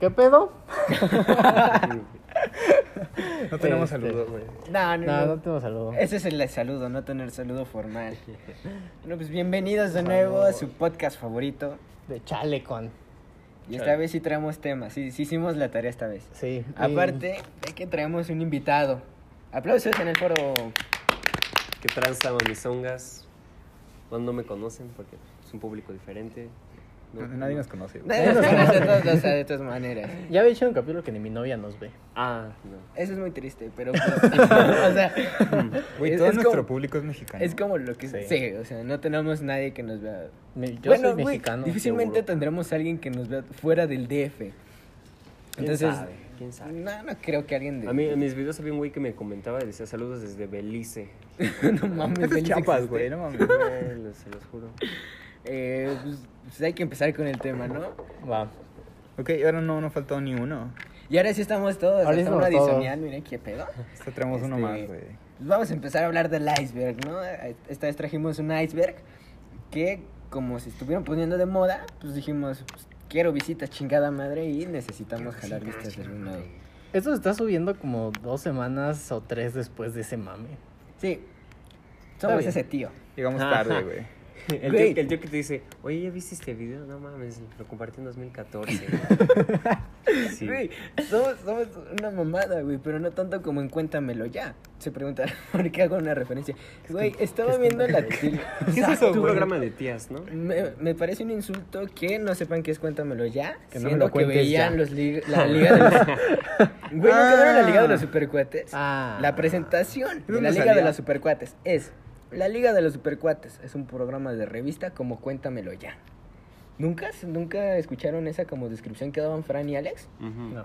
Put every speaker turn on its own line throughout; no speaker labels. ¿Qué pedo?
No tenemos
Este,
saludos, güey.
No, no,
No,
no.
no tengo saludo.
Ese es el saludo, no tener saludo formal. Bueno, pues bienvenidos de nuevo a su podcast favorito.
De Chalecon.
Y esta vez sí traemos temas, sí, sí hicimos la tarea esta vez.
Sí. y-
Aparte de que traemos un invitado. Aplausos en el foro.
¿Qué tranza, mamizongas? Bueno, no me conocen porque es un público diferente. No,
Nadie
no.
nos conoce, güey.
Nadie nos conoce de todas las- de todas maneras.
Ya había hecho un capítulo que ni mi novia nos ve.
Ah, no.
Eso es muy triste, pero pues, o sea,
Güey,
es-
todo
es
nuestro
como-
público es mexicano.
Es como lo que
Sí.
sí. o sea, no tenemos nadie que nos vea.
Mi- Yo
Bueno,
soy
güey,
mexicano.
difícilmente
seguro.
tendremos a alguien que nos vea fuera del DF.
¿Quién
Entonces,
sabe? ¿Quién sabe?
no, no creo que alguien de
A mí, en mis videos había un güey que me comentaba, decía saludos desde Belice.
no mames,
Este es
Belice
Chiapas,
existe.
güey, no mames.
Güey, lo- se los juro.
Eh, pues, pues hay que empezar con el tema, ¿no?
Va.
Ok, ahora no, no ha faltado ni uno.
Y ahora sí estamos todos,
Ahora
hasta
estamos
una
todos.
disonial, miren qué pedo.
Este traemos uno
Este,
más, güey.
Pues vamos a empezar a hablar del iceberg, ¿no? Esta vez trajimos un iceberg que, como se estuvieron poniendo de moda, pues dijimos, pues, quiero visitas chingada madre y necesitamos jalar vistas de alguna vez.
Esto se está subiendo como dos semanas o tres después de ese mame.
Sí,
Está
somos
bien.
ese tío.
Llegamos
Ajá.
tarde, güey.
El
Güey.
tío, el tío que te dice, oye, ¿ya viste este video? No mames, lo compartí en 2014. Sí.
Güey, somos, somos una mamada, güey, pero no tanto como en Cuéntamelo ya. Se preguntarán por qué hago una referencia. Güey, estaba viendo la tele.
¿Qué es eso? Un programa de tías, ¿no?
Me, me parece un insulto que no sepan qué es Cuéntamelo ya,
Que no me lo
siendo que
cuentes
veían
ya.
los lig- la liga de los... Güey, ¿no quedaron la liga de los supercuates?
Ah.
La presentación de
¿Dónde
la liga
salía?
de los supercuates es... La liga de los supercuates es un programa de revista como Cuéntamelo ya. ¿Nunca, nunca escucharon esa como descripción que daban Fran y Alex?
Ujú.
No.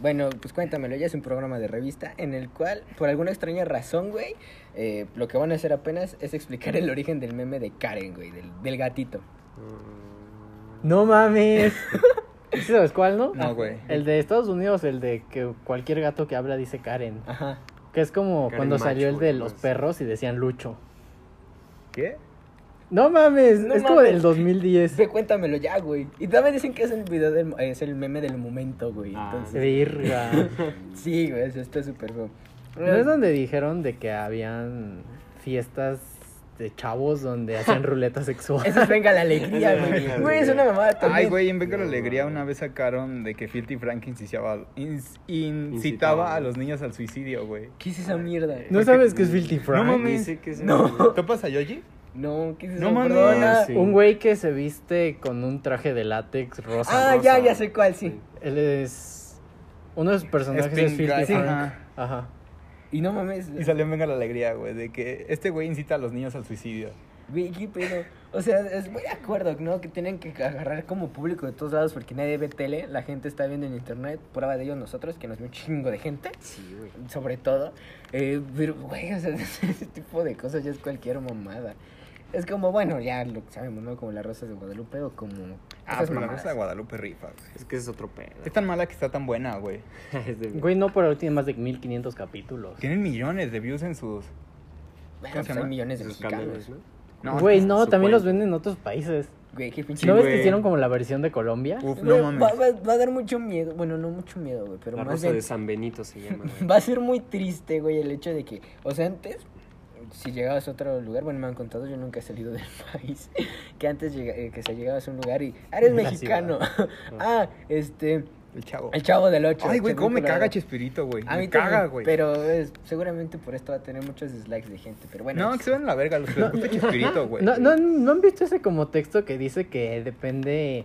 Bueno, pues cuéntamelo, ya es un programa de revista en el cual, por alguna extraña razón, güey, eh, lo que van a hacer apenas es explicar el origen del meme de Karen, güey, del, del gatito.
No mames. ¿Sí sabes cuál, no?
No, güey.
El de Estados Unidos, el de que cualquier gato que habla dice Karen.
Ajá.
Que es como
Karen
cuando
macho,
salió el de
güey,
los
pues.
perros y decían Lucho.
¿Qué?
No mames,
No
es como
mames.
del 2010.
Ve, cuéntamelo ya, güey. Y también dicen que es el video del, es el meme del momento, güey.
Ah.
Entonces,
Virga.
sí, güey, eso está súper feo.
¿No es donde dijeron de que habían fiestas de chavos donde hacían ruleta sexual?
Eso es venga la alegría,
Eso es Venga
güey.
la
Güey, es una
Alegría.
mamada también.
Ay, güey, en Venga la
No,
Alegría
no.
una vez sacaron de que Filthy Frank incitaba, ins- incitaba
Incitaba.
a los niños al suicidio, güey.
¿Qué es esa mierda?
¿No sabes qué es Filthy Frank?
No mames.
Eh, Dice que es el-
¿Topas a Yoji?
No, ¿qué es eso?
No mames.
Perdona.
Sí.
Un güey que se viste con un traje de látex rosa.
Ah, ya, ya sé cuál, sí.
Él es... Uno de sus personajes
Es
es,
Pink
Filthy
Guy.
Frank.
Ajá.
Ajá.
Y no mames.
Y salió en Venga la Alegría, güey, de que este güey incita a los niños al suicidio.
Güey, qué pedo. O sea, es muy de acuerdo, ¿no? Que tienen que agarrar como público de todos lados porque nadie ve tele, la gente está viendo en internet, prueba de ellos nosotros, que nos ve un chingo de gente,
Sí, güey.
sobre todo. Eh, pero, güey, o sea, ese tipo de cosas ya es cualquier mamada. Es como, bueno, ya lo que sabemos, ¿no? Como las rosas de Guadalupe o como...
Ah,
esas
pero la
mamadas.
rosa de Guadalupe rifa, güey.
Es que es otro pedo.
Es tan mala que está tan buena, güey.
Es de-
Güey, no, pero él tiene más de 1500 capítulos.
Tienen millones de views en sus...
Bueno,
¿Cómo se
pues hay
llama?
millones de
Sus
mexicanos.
camiones, ¿no?
Güey, no,
su
también los
cuenta.
venden en otros países.
Güey, qué pinche...
¿No ves que
güey.
hicieron como la versión de Colombia?
Uf,
Güey,
no mames.
va, va- va a dar mucho miedo. Bueno, no mucho miedo, güey, pero
La
más
rosa
bien...
de San Benito se llama. güey.
Va a ser muy triste, güey, el hecho de que, o sea, antes, si llegabas a otro lugar, bueno, me han contado, yo nunca he salido del país, que antes llega- eh, que se llegabas a un lugar y, ah, eres
La
mexicano, ah, este,
El chavo.
el chavo del 8.
Ay, güey, cómo me caga Chespirito, güey.
A mí
Me caga,
también,
güey.
Pero es- seguramente por esto va a tener muchos dislikes de gente, pero bueno.
No, que se ven la verga los que les gusta Chespirito, güey.
No, no, ¿No han visto ese como texto que dice que depende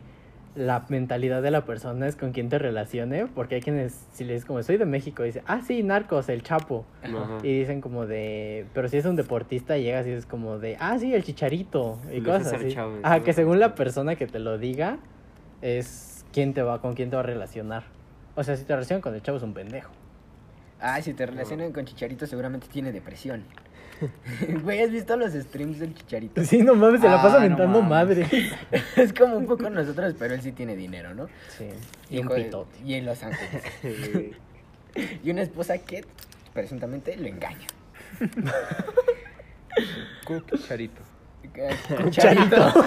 la mentalidad de la persona es con quien te relacione? Porque hay quienes, si le dices como soy de México, dice, ah, sí, narcos, el Chapo.
Ajá.
Y dicen como de, pero si es un deportista, llegas y es como de, ah, sí, el chicharito. Y
El
cosas
César
así.
Chávez,
Ah,
¿no?
que según la persona que te lo diga, es quién te va, con quién te va a relacionar. O sea, si te relacionan con el chavo es un pendejo.
Ah, si te relacionan con Chicharito, seguramente tiene depresión. Güey, ¿has visto los streams del Chicharito?
Sí, no mames, se la
Ah,
pasa
no
mentando madre.
mames.
es como un poco nosotros, pero él sí tiene dinero, ¿no?
Sí, y un
Hijo de-
pitote.
Y en Los Ángeles.
Güey.
Y una esposa que presuntamente lo engaña.
Cucharito.
Cucharito.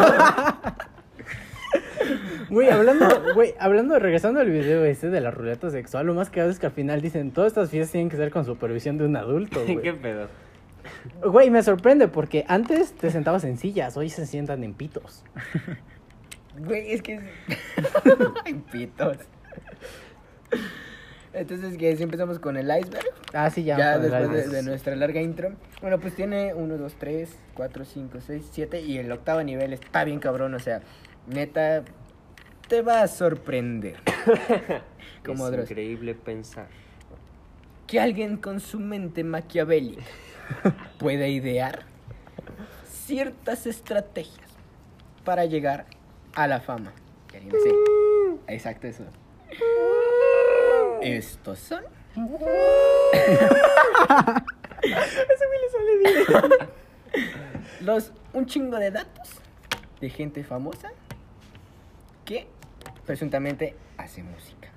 Güey, hablando, güey, hablando, regresando al video ese de la ruleta sexual, lo más cagado es que al final dicen, todas estas fiestas tienen que ser con supervisión de un adulto,
¿Qué
güey.
pedo?
Güey, me sorprende porque antes te sentabas en sillas, hoy se sientan en pitos.
Güey, es que. Ay, pitos. Entonces, que si empezamos con el iceberg,
Ah, sí, ya.
ya,
con el
después de,
iceberg.
de nuestra larga intro. Bueno, pues tiene 1, 2, 3, 4, 5, 6, 7. Y el octavo nivel está bien cabrón, o sea, neta, te va a sorprender. Como
es
Dross.
increíble pensar.
que alguien con su mente maquiavélica pueda idear ciertas estrategias para llegar a la fama. Que alguien dice, Exacto eso. Estos son. Los un chingo de datos de gente famosa que presuntamente hace música.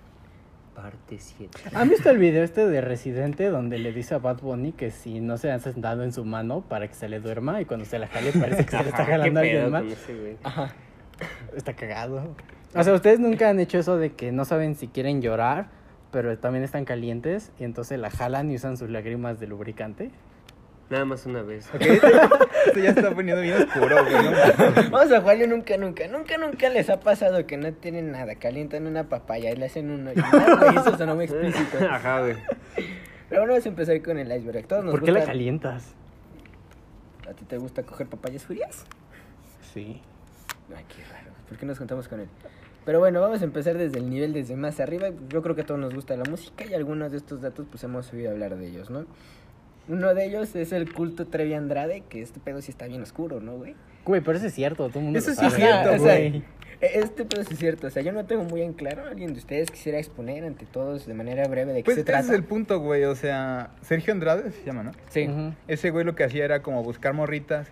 Parte 7.
¿Han visto el video este de Residente donde le dice a Bad Bunny que si no se han sentado en su mano para que se le duerma y cuando se la jale parece que se le está jalando a alguien más?
Ajá.
Está cagado. O sea, ustedes nunca han hecho eso de que no saben si quieren llorar, pero también están calientes y entonces la jalan y usan sus lágrimas de lubricante.
Nada más una vez.
Esto ya se está poniendo bien oscuro, güey. ¿no?
Vamos a jugarle nunca, nunca, nunca, nunca les ha pasado que no tienen nada, calientan una papaya y le hacen uno. Y no, güey, eso sonó muy explícito.
Ajá, güey.
Pero bueno, vamos a empezar con el iceberg. Todos nos
¿Por qué la
gusta-
calientas?
¿A ti te gusta coger papayas frías?
Sí.
Ay, qué raro. ¿Por qué nos contamos con él? Pero bueno, vamos a empezar desde el nivel desde más arriba. Yo creo que a todos nos gusta la música y algunos de estos datos pues hemos oído hablar de ellos, ¿no? Uno de ellos es el culto Trevi Andrade, que este pedo sí está bien oscuro, ¿no, güey?
Güey, pero eso es cierto, todo el mundo
Eso
lo
Ah,
sí es
sabe.
cierto,
Ajá, o sea,
güey. E- Este pedo sí es cierto, o sea, yo no tengo muy en claro. ¿Alguien de ustedes quisiera exponer ante todos de manera breve de qué
Pues
se
ese
trata?
es el punto, güey. O sea, Sergio Andrade se llama, ¿no?
Sí.
ujú.
Ese güey lo que hacía era como buscar morritas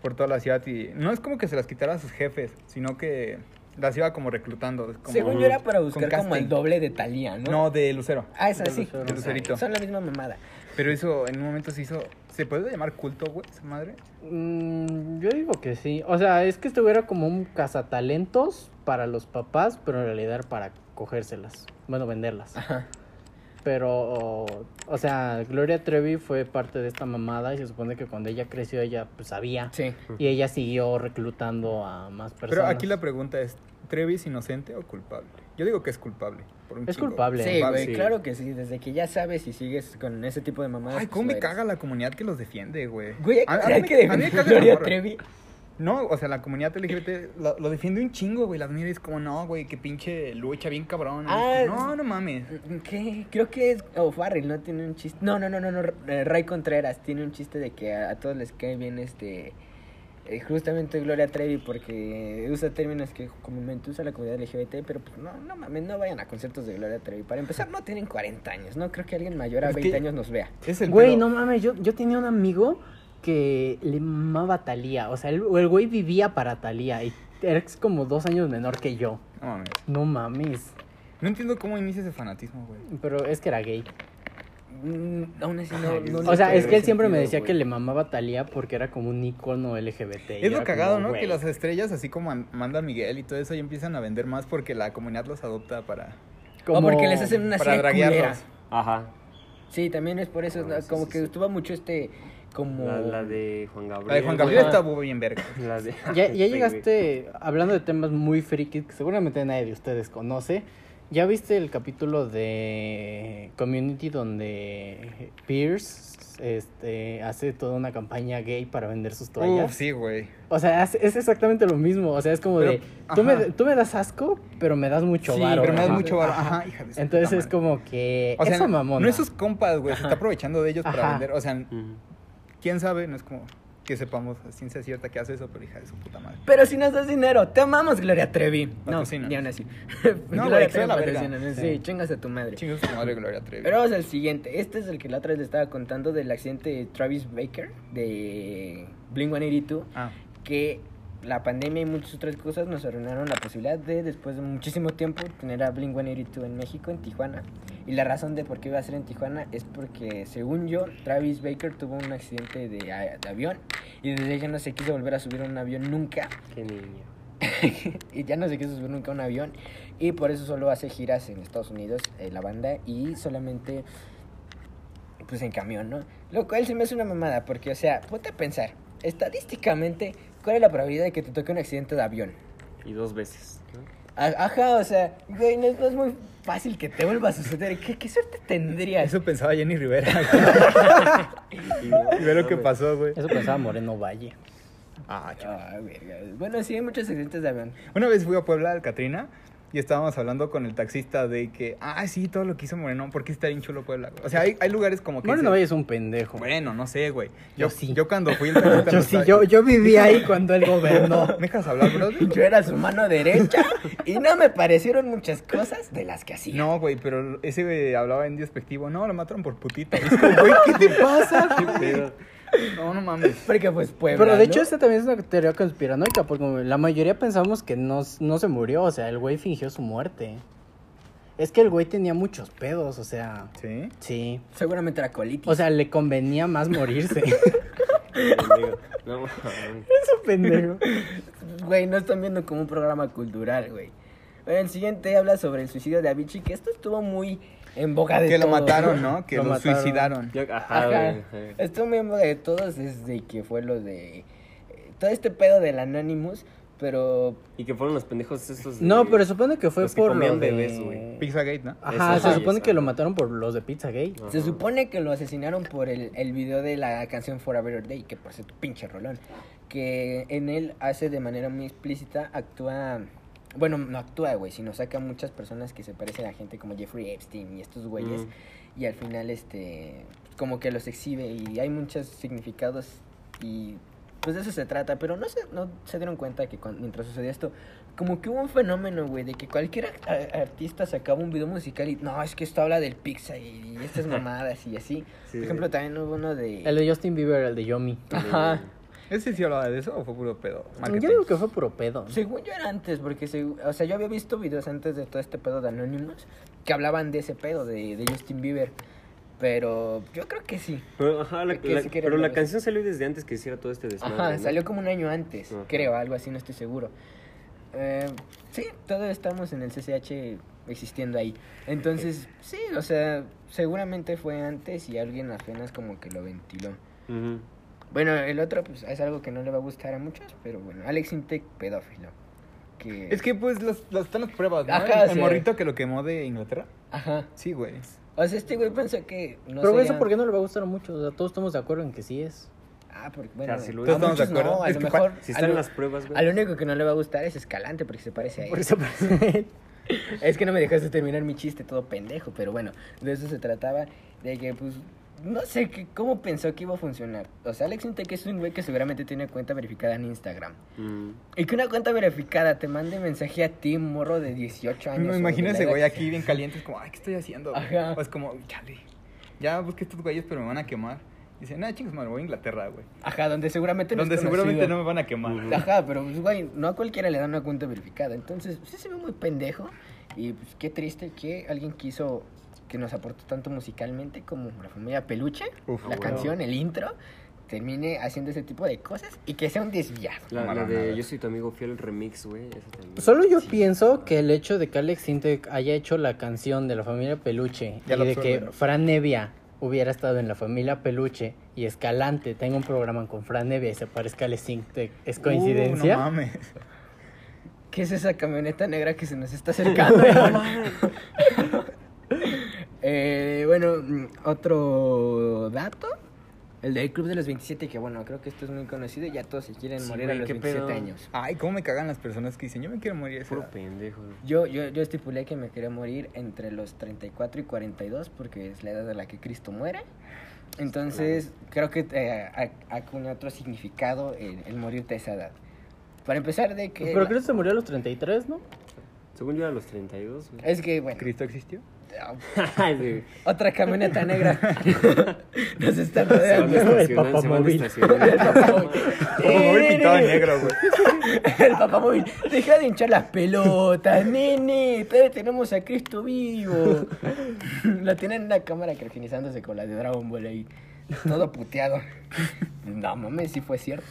por toda la ciudad y no es como que se las quitara a sus jefes, sino que las iba como reclutando. es Como...
Según yo era para
con
buscar como
casting.
el doble de Talía, ¿no?
No, de Lucero.
Ah, es
De
así.
Lucero.
De Lucerito.
Son la misma mamada.
Pero eso en un momento se hizo. ¿Se puede llamar culto, güey? Esa madre.
Mm, yo digo que sí. O sea, es que estuviera como un cazatalentos para los papás, pero en realidad era para cogérselas. Bueno, venderlas.
Ajá.
Pero, o sea, Gloria Trevi fue parte de esta mamada y se supone que cuando ella creció ella pues sabía.
Sí.
Y ella siguió reclutando a más personas.
Pero aquí la pregunta es: ¿Trevi es inocente o culpable? Yo digo que es culpable. por un
Es
chingo.
culpable.
Sí, güey,
sí.
claro que sí. Desde que ya sabes y sigues con ese tipo de mamadas.
Ay,
pues,
¿cómo
lo
me
eres.
caga la comunidad que los defiende, güey?
Güey, hay,
A- a
hay
mí
que
me- a mí
defender
me caga
a
la
Gloria
morra.
Trevi.
No, o sea, la comunidad LGBT lo, lo defiende un chingo, güey. Las mira y es como, no, güey, que pinche lucha bien cabrón.
Ah,
no, no mames.
¿Qué? Creo que es. O Farrell, ¿no? Tiene un chiste. No, no, no, no. no eh, Ray Contreras tiene un chiste de que a, a todos les cae bien este. eh, Justamente Gloria Trevi, porque usa términos que comúnmente usa la comunidad LGBT, pero pues no, no mames, no vayan a conciertos de Gloria Trevi. Para empezar, no tienen 40 años, no creo que alguien mayor a
Es que-
20 años nos vea.
Es el
Güey,
pedo.
no mames, yo, yo tenía un amigo que le mamaba Talía. O sea, el, el güey vivía para Talía y eres como dos años menor que yo.
No mames.
No mames.
No entiendo cómo inicia ese fanatismo, güey.
Pero es que era gay.
Mm, aún así, no.
Ay,
no
sí.
le
O sea,
creo
es que él
ese
siempre me
sentido,
decía
güey.
que le mamaba Talía porque era como un icono LGBT. y
Es lo
era
cagado,
como,
¿no? Que
güey.
las estrellas, así como Amanda Miguel y todo eso, ya empiezan a vender más porque la comunidad los adopta para...
O porque les
Como-
hacen una
para
serie culera.
draguearlos.
Ajá.
Sí, también es por eso,
Ah,
¿no?
sí,
como
sí,
que
sí.
estuvo mucho este, como...
La, la de Juan Gabriel.
La de Juan Gabriel
Ajá.
está muy bien verga.
güey. La de... Este,
Ya, ya llegaste, hablando de temas muy frikis que seguramente nadie de ustedes conoce, ¿ya viste el capítulo de Community donde Pierce este, hace toda una campaña gay para vender sus toallas?
Uf, sí, güey.
O sea, hace- es, exactamente lo mismo, o sea, es como
Pero,
de, tú me,
ajá.
tú me das asco, pero me das mucho
Sí,
varo.
pero me das
ajá.
mucho varo. Ajá, hija de su
Entonces
puta
es
madre.
como que...
O sea,
esa mamona.
no esos compas, güey, se está aprovechando de ellos para
Ajá.
vender. O sea,
Ujú.
quién sabe, no es como que sepamos a ciencia cierta que hace eso, pero hija de su puta madre.
Pero si nos das dinero, te amamos, Gloria Trevi. No,
Patrocínanos.
ni aún así.
No,
Gloria
güey, que sea
Trevi,
la verga.
patrocínanos. Sí,
Sí.
chingas a tu madre.
Chingos su madre, Gloria Trevi.
Pero vamos al siguiente. Este es el que la otra vez le estaba contando del accidente de Travis Baker, de Blink-182,
Ah,
que la pandemia y muchas otras cosas nos arruinaron la posibilidad de, después de muchísimo tiempo, tener a Blink-182 en México, en Tijuana. Y la razón de por qué iba a ser en Tijuana es porque, según yo, Travis Baker tuvo un accidente de, a- de avión y desde ella no se quiso volver a subir a un avión nunca.
Qué niño.
y ya no se quiso subir nunca a un avión. Y por eso solo hace giras en Estados Unidos eh, la banda y solamente pues en camión, ¿no? Lo cual se me hace una mamada porque, o sea, ponte a pensar, estadísticamente, ¿cuál es la probabilidad de que te toque un accidente de avión?
Y dos veces. ¿no?
A- Ajá, o sea, güey, no, es- no es muy fácil que te vuelva a suceder. ¿Qué, qué suerte tendrías?
Eso pensaba Jenny Rivera.
Y, no,
y ve lo
no,
que
güey.
pasó, güey.
Eso pensaba Moreno Valle.
Ah, ch-
Ah, verga. Bueno, sí, hay muchos accidentes de avión.
Una vez fui a Puebla, al Catrina, y estábamos hablando con el taxista de que, ah, sí, todo lo que hizo Moreno, porque está bien chulo Puebla. güey? O sea, hay, hay lugares como que.
Moreno
dices,
Valle es un pendejo.
Bueno, no sé, güey.
Yo sí.
Yo cuando fui el planeta
Yo
no
sí,
estaba-
yo, yo viví ahí cuando él gobernó.
¿Me dejas hablar, bro?
Yo era su mano derecha y no me parecieron muchas cosas de las que hacía.
No, güey, pero ese güey hablaba en despectivo. No, lo mataron por putito. Es como, güey, ¿qué te pasa?
Pero-
No, no mames.
Porque pues Puebla,
Pero de hecho,
¿no?
esta también es una teoría conspiranoica, porque la mayoría pensamos que no, no se murió, o sea, el güey fingió su muerte. Es que el güey tenía muchos pedos, o sea,
¿Sí?
sí.
Seguramente era colitis.
O sea, le convenía más morirse.
Pendejo. No, mames.
Eso pendejo.
Güey, no están viendo como un programa cultural, güey. Bueno, el siguiente habla sobre el suicidio de Avicii, que esto estuvo muy en boca de
Que lo
todos.
mataron, ¿no? Que
Lo
lo,
mataron.
suicidaron.
Yo- ajá,
Ajá.
güey, ajá.
Estuvo muy en boca de todos desde que fue lo de... eh, Todo este pedo del Anonymous, pero...
Y que fueron los pendejos estos. de-
No, pero supone que fue
Los que
por lo
comían
de...
bebés, güey.
Pizzagate, ¿no?
Ajá,
Esos
se
güeyes,
supone que
ajá.
lo mataron por los de Pizzagate.
Ajá.
Se supone que lo asesinaron por el, el video de la canción For a Better Day, que por cierto, pinche rolón. Que en él hace de manera muy explícita, actúa. Bueno, no actúa, güey, sino saca muchas personas que se parecen a gente como Jeffrey Epstein y estos güeyes.
Mm.
Y al final, este. Como que los exhibe y hay muchos significados y. Pues de eso se trata, pero no se, no se dieron cuenta que cuan- mientras sucedía esto, como que hubo un fenómeno, güey, de que cualquier a- a- artista sacaba un video musical y no, es que esto habla del pizza y, y estas mamadas y así.
Sí.
Por ejemplo, también hubo uno de.
El de Justin Bieber, el de Yomi.
Ajá.
¿Ese sí hablaba de eso o fue puro pedo?
Yo
Marketing.
digo que fue puro pedo.
Según yo era antes, porque se- o sea, yo había visto videos antes de todo este pedo de Anonymous que hablaban de ese pedo de, de Justin Bieber. Pero yo creo que sí.
Pero, ajá, la-
Que
la-
sí quería
pero la
ver.
canción salió desde antes que hiciera todo este desmadre.
Ajá,
¿no?
salió como un año antes,
Ajá.
creo, algo así, no estoy seguro. Eh, sí, todavía estamos en el CCH existiendo ahí. Entonces, sí, o sea, seguramente fue antes y alguien apenas como que lo ventiló.
Ujú.
Bueno, el otro pues es algo que no le va a gustar a muchos, pero bueno, Alex Intec, pedófilo. Que...
Es que pues las, las- están las pruebas, ¿no?
Ajá,
el, el
sí.
morrito que lo quemó de Inglaterra.
Ajá.
Sí, güey.
O sea, este güey pensó que no
Pero
sería-
eso, ¿por qué no le va a gustar mucho? O sea, todos estamos de acuerdo en que sí es.
Ah, porque bueno,
O sea, si lo
a
hizo-
muchos
Estamos de
no,
acuerdo.
a
Es
lo
que
mejor
Si
a
están
lo-
las pruebas,
a
güey.
lo único que no le va a gustar es Escalante porque se parece a él.
Por eso
Es que no me dejaste terminar mi chiste todo pendejo, pero bueno, de eso se trataba, de que pues no sé qué- cómo pensó que iba a funcionar. O sea, Alex Intec es un güey que seguramente tiene cuenta verificada en Instagram.
Mm.
Y que una cuenta verificada te mande mensaje a ti, morro de 18 años. o
Me
de
imagino
la
ese
edad
güey
que
aquí bien caliente, es como, ay, ¿qué estoy haciendo? güey?
Ajá.
Pues como, chale, ya busqué estos güeyes, pero me van a quemar. Dice, nah, chicos, me voy a Inglaterra, güey.
sea. Ajá, donde seguramente no es
Donde seguramente
conocido.
no me van a quemar.
Ajá, pero pues, güey, no a cualquiera le dan una cuenta verificada. Entonces, sí se ve muy pendejo. Y pues qué triste que alguien quiso que nos aportó tanto musicalmente como la familia Peluche,
Uf,
la
wow.
canción, el intro, termine haciendo ese tipo de cosas y que sea un desviado.
La, la
Maranada.
de Yo soy tu amigo fiel remix, güey. esa también.
Solo yo
Sí.
pienso que el hecho de que Alex Sintek haya hecho la canción de la familia Peluche
Ya
y
lo
de que
absorben.
Fran Nevia hubiera estado en la familia Peluche y Escalante tenga un programa con Fran Nevia y se parezca a Alex Sintek, ¿es coincidencia?
Uh, no mames.
¿Qué es esa camioneta negra que se nos está acercando? Eh, bueno, mm, otro dato. El del Club de los 27, que bueno, creo que esto es muy conocido. Ya todos se quieren
Sí,
morir a
güey,
los
qué
27
pedo.
años.
Ay, cómo me cagan las personas que dicen, yo me quiero morir. a esa
Puro
edad".
pendejo.
Yo, yo, yo estipulé que me quería morir entre los 34 y 42 porque es la edad a la que Cristo muere. Entonces, creo que eh, ac- acuña otro significado el, el morirte a esa edad. Para empezar, de que.
Pero creo que se murió a los 33, ¿no?
Según yo, a los 32, güey.
Es que, bueno.
¿Cristo existió?
Sí.
Otra camioneta negra. Nos está
Se van a
rodeando.
El Papa
estacionar, se van a
Móvil.
estacionar.
Como muy pintado en negro, güey.
El papá móvil. Deja de hinchar las pelotas, nene. Pero tenemos a Cristo vivo. La tienen en una cámara crajinizándose con la de Dragon Ball ahí. Todo puteado. No mames, sí fue cierto.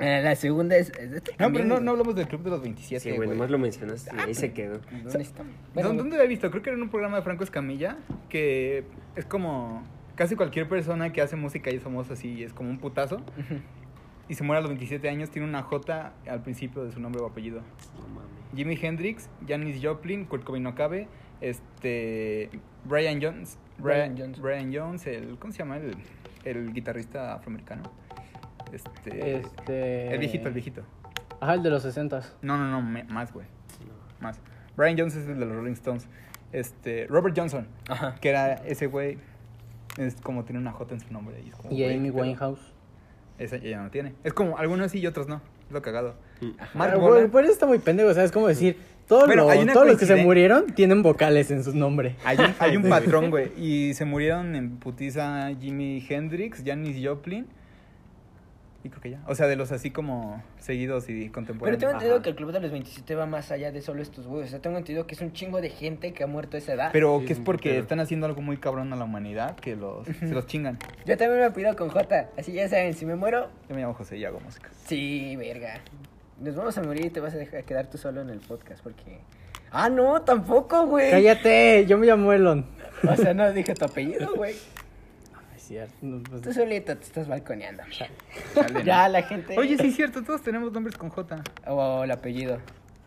Eh, la segunda es. es-
No, pero
también,
no,
güey.
no hablamos del Club de los
Sí,
27,
güey,
güey.
nomás lo mencionaste y ahí se quedó.
¿Dónde estamos?
¿Dó-
Bueno,
¿Dónde, lo he visto? Creo que era en un programa de Franco Escamilla, que es como casi cualquier persona que hace música y es famosa así, y es como un putazo. Y se muere a los 27 años, tiene una J al principio de su nombre o apellido.
No mames.
Jimi Hendrix, Janis Joplin, Kurt Cobain no cabe, este, Brian Jones,
Brian
Bra-
Jones.
Brian Jones, el, ¿cómo se llama? El, el guitarrista afroamericano. Este,
Este...
El viejito, el viejito.
Ajá, el de los 60
No, no, no, me- más, güey, más. Brian Jones es el de los Rolling Stones. Este, Robert Johnson,
Ajá.
que era ese güey, es como tiene una J en su nombre. Y, es como,
Y
güey,
Amy
¿qué pedo?
Winehouse.
Esa ya no tiene. Es como algunos sí y otros no. Es lo cagado. Mark
Mark
Bolan-
Por eso está muy pendejo, o sea, es como decir, todos,
Bueno,
los-
hay una
todos los que se
coinciden-
murieron tienen vocales en sus nombres.
Hay un, hay un patrón, güey. Y se murieron en putiza Jimi Hendrix, Janis Joplin. Y creo que ya. O sea, de los así como seguidos y
Pero
contemporáneos.
tengo
Ah.
entendido
ajá.
que el Club de los 27 va más allá de solo estos güeyes. O sea, tengo entendido que es un chingo de gente que ha muerto a esa edad.
Pero
Sí,
que es
sí,
porque
pero-
están haciendo algo muy cabrón a la humanidad que los, se los chingan.
Yo también me pido con J. Así ya saben, si me muero,
Yo me llamo José y hago música.
sí, verga. Nos vamos a morir y te vas a dejar quedar tú solo en el podcast porque. Ah, no, tampoco, güey.
Cállate, yo me llamo Elon.
O sea, no dije tu apellido, güey.
Ay, cierto, no, pues,
Tú solito te estás balconeando. mira.
Chale, ¿no?
Ya la gente.
Oye, sí es cierto, todos tenemos nombres con J.
O el apellido.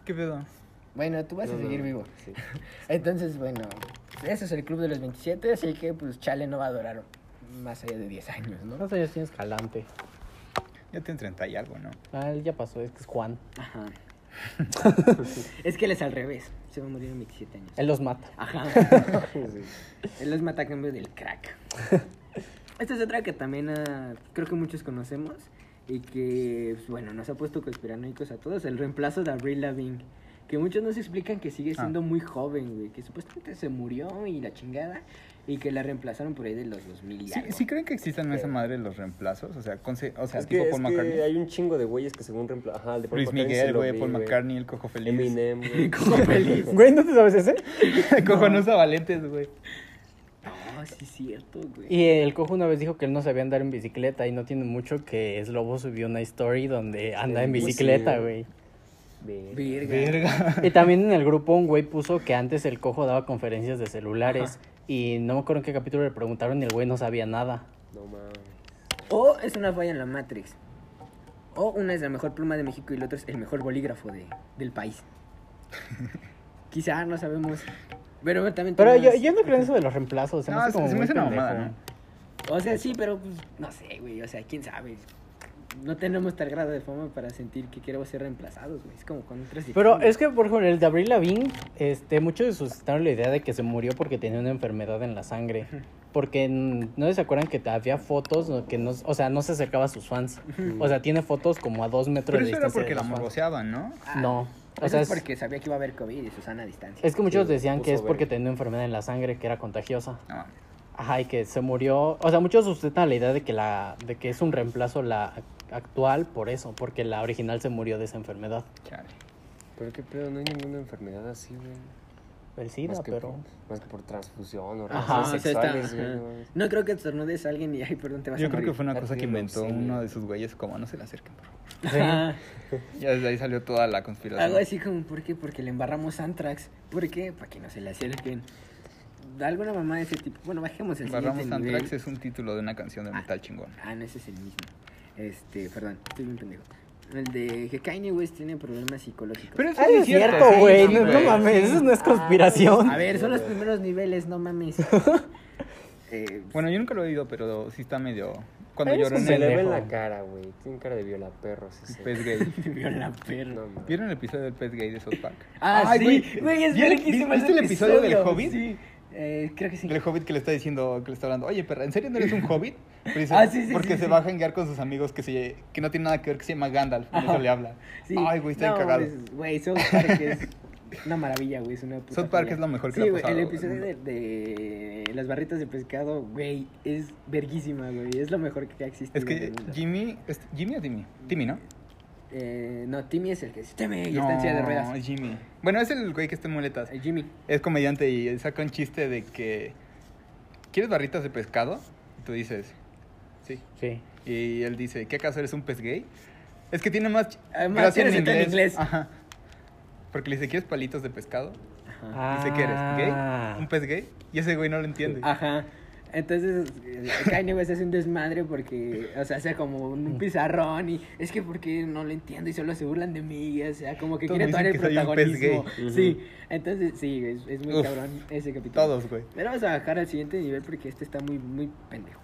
¿Qué pedo?
Bueno, tú vas
No,
a
no,
seguir
no.
vivo.
Sí.
Entonces, bueno, ese es el Club de los 27, así que pues Chale no va a durar más allá de 10 años, ¿no?
¿Cuántos años tienes Calante?
Ya tienen 30 y algo, ¿no?
Ah, él ya pasó, es que es Juan.
Ajá. es que él es al revés, se va a morir en 27 años.
Él los mata.
Ajá. él es mata a cambio del crack. Esta es otra que también ah, creo que muchos conocemos y que, pues, bueno, nos ha puesto conspiranoicos a todos, el reemplazo de Avril Lavigne. Que muchos nos explican que sigue
Ah.
siendo muy joven, güey, que supuestamente se murió y la chingada, y que la reemplazaron por ahí de los 2000 y
¿Sí,
algo.
sí creen que existan esa madre los reemplazos? O sea, conse- o sea
es
tipo
que,
Paul
es que
McCartney.
hay un chingo de güeyes que según reemplazan. Ajá, el de Paul
Luis
McCartney sí
Miguel,
lo
güey,
vi,
Paul
güey.
McCartney, el cojo feliz.
Eminem, güey.
Güey, ¿no te sabes ese?
Cojo no usa valentes, güey.
No, sí es cierto, güey.
Y el cojo una vez dijo que él no sabía andar en bicicleta y no tiene mucho que es lobo subió una story donde anda en
Sí, sí.
bicicleta, pues güey.
Verga.
Verga.
Eh, Verga.
Y también en el grupo un güey puso que antes el cojo daba conferencias de celulares y no me acuerdo en qué capítulo le preguntaron y el güey no sabía nada.
No mames.
O es una falla en la Matrix. O una es la mejor pluma de México y el otro es el mejor bolígrafo de, del país. Quizá no sabemos. Pero también
Pero yo,
tenemos-
yo no creo en eso de los reemplazos, se me
No,
hace como
se se me
muy
hace una
pendejo.
mamada, ¿no?
O sea, sí, pero pues, no sé, güey. O sea, quién sabe. No tenemos tal grado de fama para sentir que queremos ser reemplazados, güey. Es como con
Pero
otras dictaduras.
es que, por ejemplo, el de Abril Lavigne, este, muchos suscitaron la idea de que se murió porque tenía una enfermedad en la sangre. Porque mm, no se acuerdan que había fotos ¿no? que no, o sea, no se acercaba a sus fans. O sea, tiene fotos como a dos metros
Pero
de
eso era
distancia.
porque
de
la
los fans.
morboseaban, ¿no?
Ah,
No.
eso
O sea,
es
es,
porque sabía que iba a haber COVID y Susana a distancia.
es que muchos
Sí,
decían que
puso
es porque
verga.
tenía una enfermedad en la sangre que era contagiosa.
No mames.
Ajá, y que se murió. O sea, muchos sustentan la idea de que la, de que es un reemplazo la actual por eso, porque la original se murió de esa enfermedad.
Chale.
Pero qué pedo, no hay ninguna enfermedad así, güey.
El SIDA,
más que
pero.
Por, más que por transfusión o
Ajá,
relaciones
o sea, está-
sexuales, güey.
ajá.
no mames.
No creo que estornudes a alguien y ay, perdón, te vas a
Yo creo que
morir.
fue una
La
cosa que
tiene
inventó
leucemia.
uno de sus güeyes, como no se le acerquen, por favor.
Ajá.
Ya desde ahí salió toda la conspiración.
Algo así como, ¿por qué? Porque le embarramos Antrax. ¿Por qué? Para que no se le acerquen. Da alguna mamá de ese tipo. Bueno, bajemos el
Barramos
siguiente nivel.
Anthrax es un título de una canción de metal chingón.
Ah, no, ese es el mismo. Este, perdón, estoy bien pendejo. El de que Kanye West tiene problemas psicológicos.
Pero eso
Ah,
sí
es cierto,
sí,
güey.
sí,
no, no
güey.
mames, eso no es conspiración.
A ver, son los primeros niveles, no mames. Eh,
Bueno, yo nunca lo he oído, pero sí está medio... Cuando
Eres
lloró
un
en
Se le ve
el
en
pendejo.
la cara, güey. Tiene cara de viola perro, sí, sí.
pez gay.
vio la perra.
No, mames.
Pues, ¿Vieron el episodio del pez gay de South Park?
Ah,
Ay,
sí. Güey, es
¿Vieron-
verguísimo
¿Viste
ese
el episodio del Hobbit?
Sí. Eh, creo que sí.
El hobbit que le está diciendo, que le está hablando, oye, perra, ¿en serio no eres un hobbit? Pero dice,
Ah, sí, sí,
porque
sí,
se
sí.
va a janguear con sus amigos que, se, que no tiene nada que ver, que se llama Gandalf. Y eso le habla.
Sí.
Ay, güey, está
No,
bien cagado.
mames, Güey, South Park es una maravilla, güey. Es una puta
South Park
joya.
es lo mejor que
sí,
le ha
güey,
pasado
El
al
episodio de,
mundo.
de las barritas de pescado, güey, es verguísima, güey. Es lo mejor que ha existido.
Es
en
que
el mundo.
Jimmy, ¿es ¿Jimmy o Timmy? Timmy, ¿no?
Eh, no, Timmy es el que dice, Timmy, y está en silla de
No, es
ruedas.
Jimmy. Bueno, es el güey que está en muletas.
Eh, Jimmy.
Es comediante y él saca un chiste de que, ¿quieres barritas de pescado? Y tú dices, sí.
Sí.
Y él dice, ¿qué acaso eres un pez gay? Es que tiene más. ch-
Además,
gracia
tiene acento en inglés.
Ajá. Porque le dice, ¿quieres palitos de pescado?
Ah.
Dice que eres gay, un pez gay. Y ese güey no lo entiende.
Ajá. Entonces, eh, Kanye West hace un desmadre porque, o sea, hace como
Mm.
un pizarrón y es que porque no lo entiendo y solo se burlan de mí, o sea, como que
Todos
quiere
me
tomar el
dicen que soy un pez
protagonismo.
gay.
Sí,
Ujú.
entonces, sí, es, es muy
Uf,
cabrón ese capítulo.
Todos, güey.
Pero vamos a bajar al siguiente nivel porque este está muy, muy pendejo.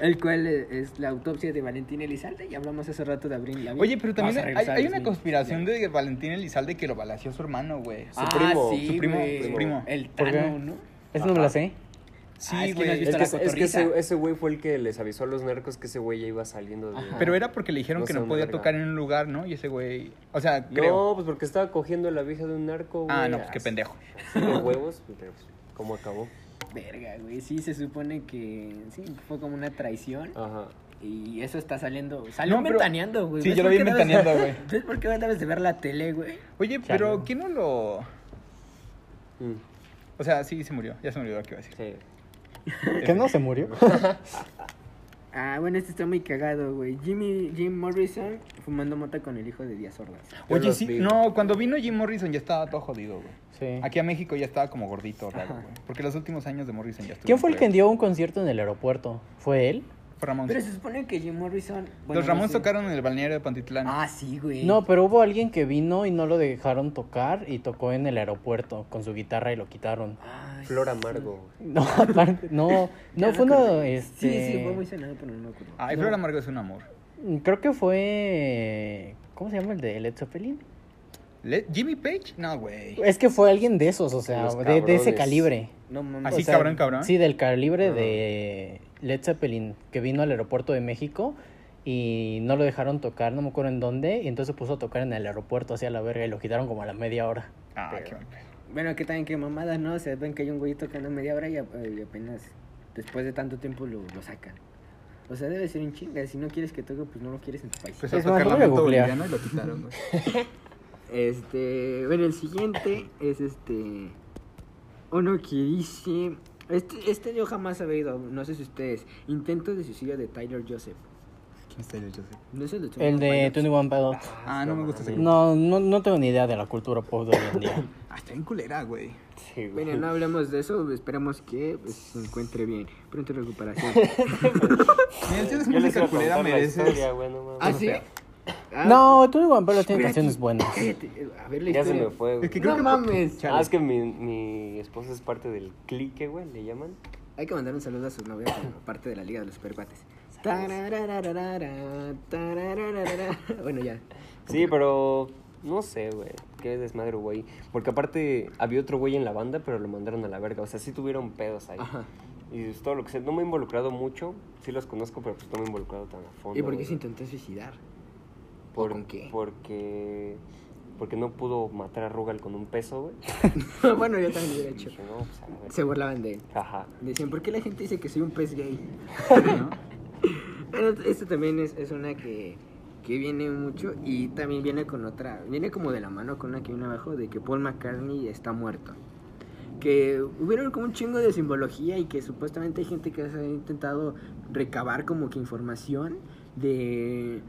el cual es- es la autopsia de Valentín Elizalde y hablamos hace rato de Abril Lavigne.
Oye, pero
Vamos
también
a
hay,
regresar
hay
al
una
2000.
conspiración de Valentín Elizalde que lo balació su hermano, güey.
Su
Ah,
primo,
sí,
su primo,
güey.
su primo.
El
¿Por qué?
Tano, ¿no?
Eso no me la sé.
Ah,
Sí,
es que no has
güey.
visto
Es
la
que, ese- es que
cotorriza.
ese, ese güey fue el que les avisó a los narcos que ese güey ya iba saliendo de...
Ajá.
Pero era porque le dijeron
No
que
sé,
no
una
podía
verga.
tocar en un lugar, ¿no? Y ese güey. O sea, creo.
No, pues porque estaba cogiendo la vieja de un narco, güey.
ah, no, pues qué pendejo.
Así de huevos, pero pues, ¿cómo acabó?
Verga, güey. Sí, se supone que sí, fue como una traición.
Ajá.
Y eso está saliendo. Salió
No, pero-
ventaneando, güey.
Sí,
¿Ves
yo lo
por
vi
qué debes-
ventaneando, güey.
¿Ves por qué debes de ver la tele, güey?
Oye,
Chale.
pero ¿quién no lo.?
Mm,
O sea, sí, se murió. Ya se me olvidó lo que iba a decir.
sí.
¿Que no se murió?
Ah, bueno, este está muy cagado, güey. Jimmy, Jim Morrison fumando mota con el hijo de Díaz Ordaz.
Yo
Oye,
los
sí.
vi.
No, cuando vino Jim Morrison ya estaba todo jodido, güey.
Sí.
Aquí a México ya estaba como gordito, raro, güey. Porque los últimos años de Morrison ya estuvo.
¿Quién fue el que
feo.
dio un concierto en el aeropuerto? ¿Fue él?
Fue Ramón.
Pero se supone que Jim Morrison. bueno,
los
no
Ramones
sé.
tocaron en el balneario de Pantitlán.
Ah, sí, güey.
No, pero hubo alguien que vino y no lo dejaron tocar y tocó en el aeropuerto con su guitarra y lo quitaron.
Ay,
Flor
sí.
amargo, güey.
No, aparte, no,
Ya
no fue
me acordé.
uno, este...
Sí, sí, fue muy sonado, pero no me acuerdo.
Ay,
no.
Flor Amargo es un amor.
Creo que fue. ¿Cómo se llama el de Led Zeppelin?
Le- ¿Jimmy Page? No, güey.
Es que fue alguien de esos, o sea,
Los
de, de ese
cabrones.
calibre.
No mames.
Así
O sea,
cabrón, cabrón.
Sí, del calibre
Ajá.
de Led Zeppelin, que vino al aeropuerto de México y no lo dejaron tocar, no me acuerdo en dónde, y entonces se puso a tocar en el aeropuerto hacia la verga y lo quitaron como a la media hora.
Ah,
Pero-
qué mal pedo.
Bueno, que también que mamadas, ¿no? O sea, ven que hay un güey tocando media hora y, ap- y apenas después de tanto tiempo lo, lo sacan. O sea, debe ser un chinga. Si no quieres que toque, pues no lo quieres en tu país.
Empezó a
Es más,
tocar
lo
la
voy a
moto
googlear.
boliviana y lo quitaron, güey.
Este, bueno, el siguiente es este. Uno que dice. Este, este yo jamás he oído, no sé si ustedes. Intento de suicidio de Tyler Joseph.
¿Quién está ahí, Joseph?
No es el de
El de 21 Pilots.
Ah, no me gusta ese
mames.
No, no, no tengo ni idea de la cultura pop de hoy en día.
Ah, está bien culera, güey.
Sí, güey.
Bueno, no hablemos de eso, esperamos que pues, se encuentre bien. Pronto recuperación.
Mira, si eres
Yo les iba
música
a contar
culera,
la
mereces.
historia, güey, no mames.
¿Ah, sí? Ah,
No, 21 Pilots tiene
espérate,
canciones buenas.
Cállate, eh, a ver la
Ya se
historia.
me fue, güey.
Es que creo
No
que-
mames.
Ah, es que mi, mi esposa es parte del clique, güey, le llaman.
Hay que mandar un saludo a su novia como parte de la Liga de los Supercuates.
Saludos.
Tararararara, tararararara. Bueno, ya.
Sí, pero no sé, güey. Qué desmadre, güey. Porque aparte había otro güey en la banda, pero lo mandaron a la verga. O sea, sí tuvieron pedos ahí.
Ajá.
Y es todo lo que sé. No me he involucrado mucho. Sí los conozco, pero pues no me he involucrado tan a fondo.
¿Y por qué
güey.
se intentó suicidar?
Por-
¿O con qué?
Porque. Porque no pudo matar a Rugal con un peso, güey.
bueno, yo también lo hubiera
Y
hecho.
dije, no, pues a la verga.
Se burlaban de él.
Ajá.
Decían, ¿por qué la gente dice que soy un pez gay?
¿no?
Pero Esto este también es, es una que, que viene mucho y también viene con otra, viene como de la mano con una que viene abajo de que Paul McCartney está muerto. Que hubieron como un chingo de simbología y que supuestamente hay gente que se ha intentado recabar como que información de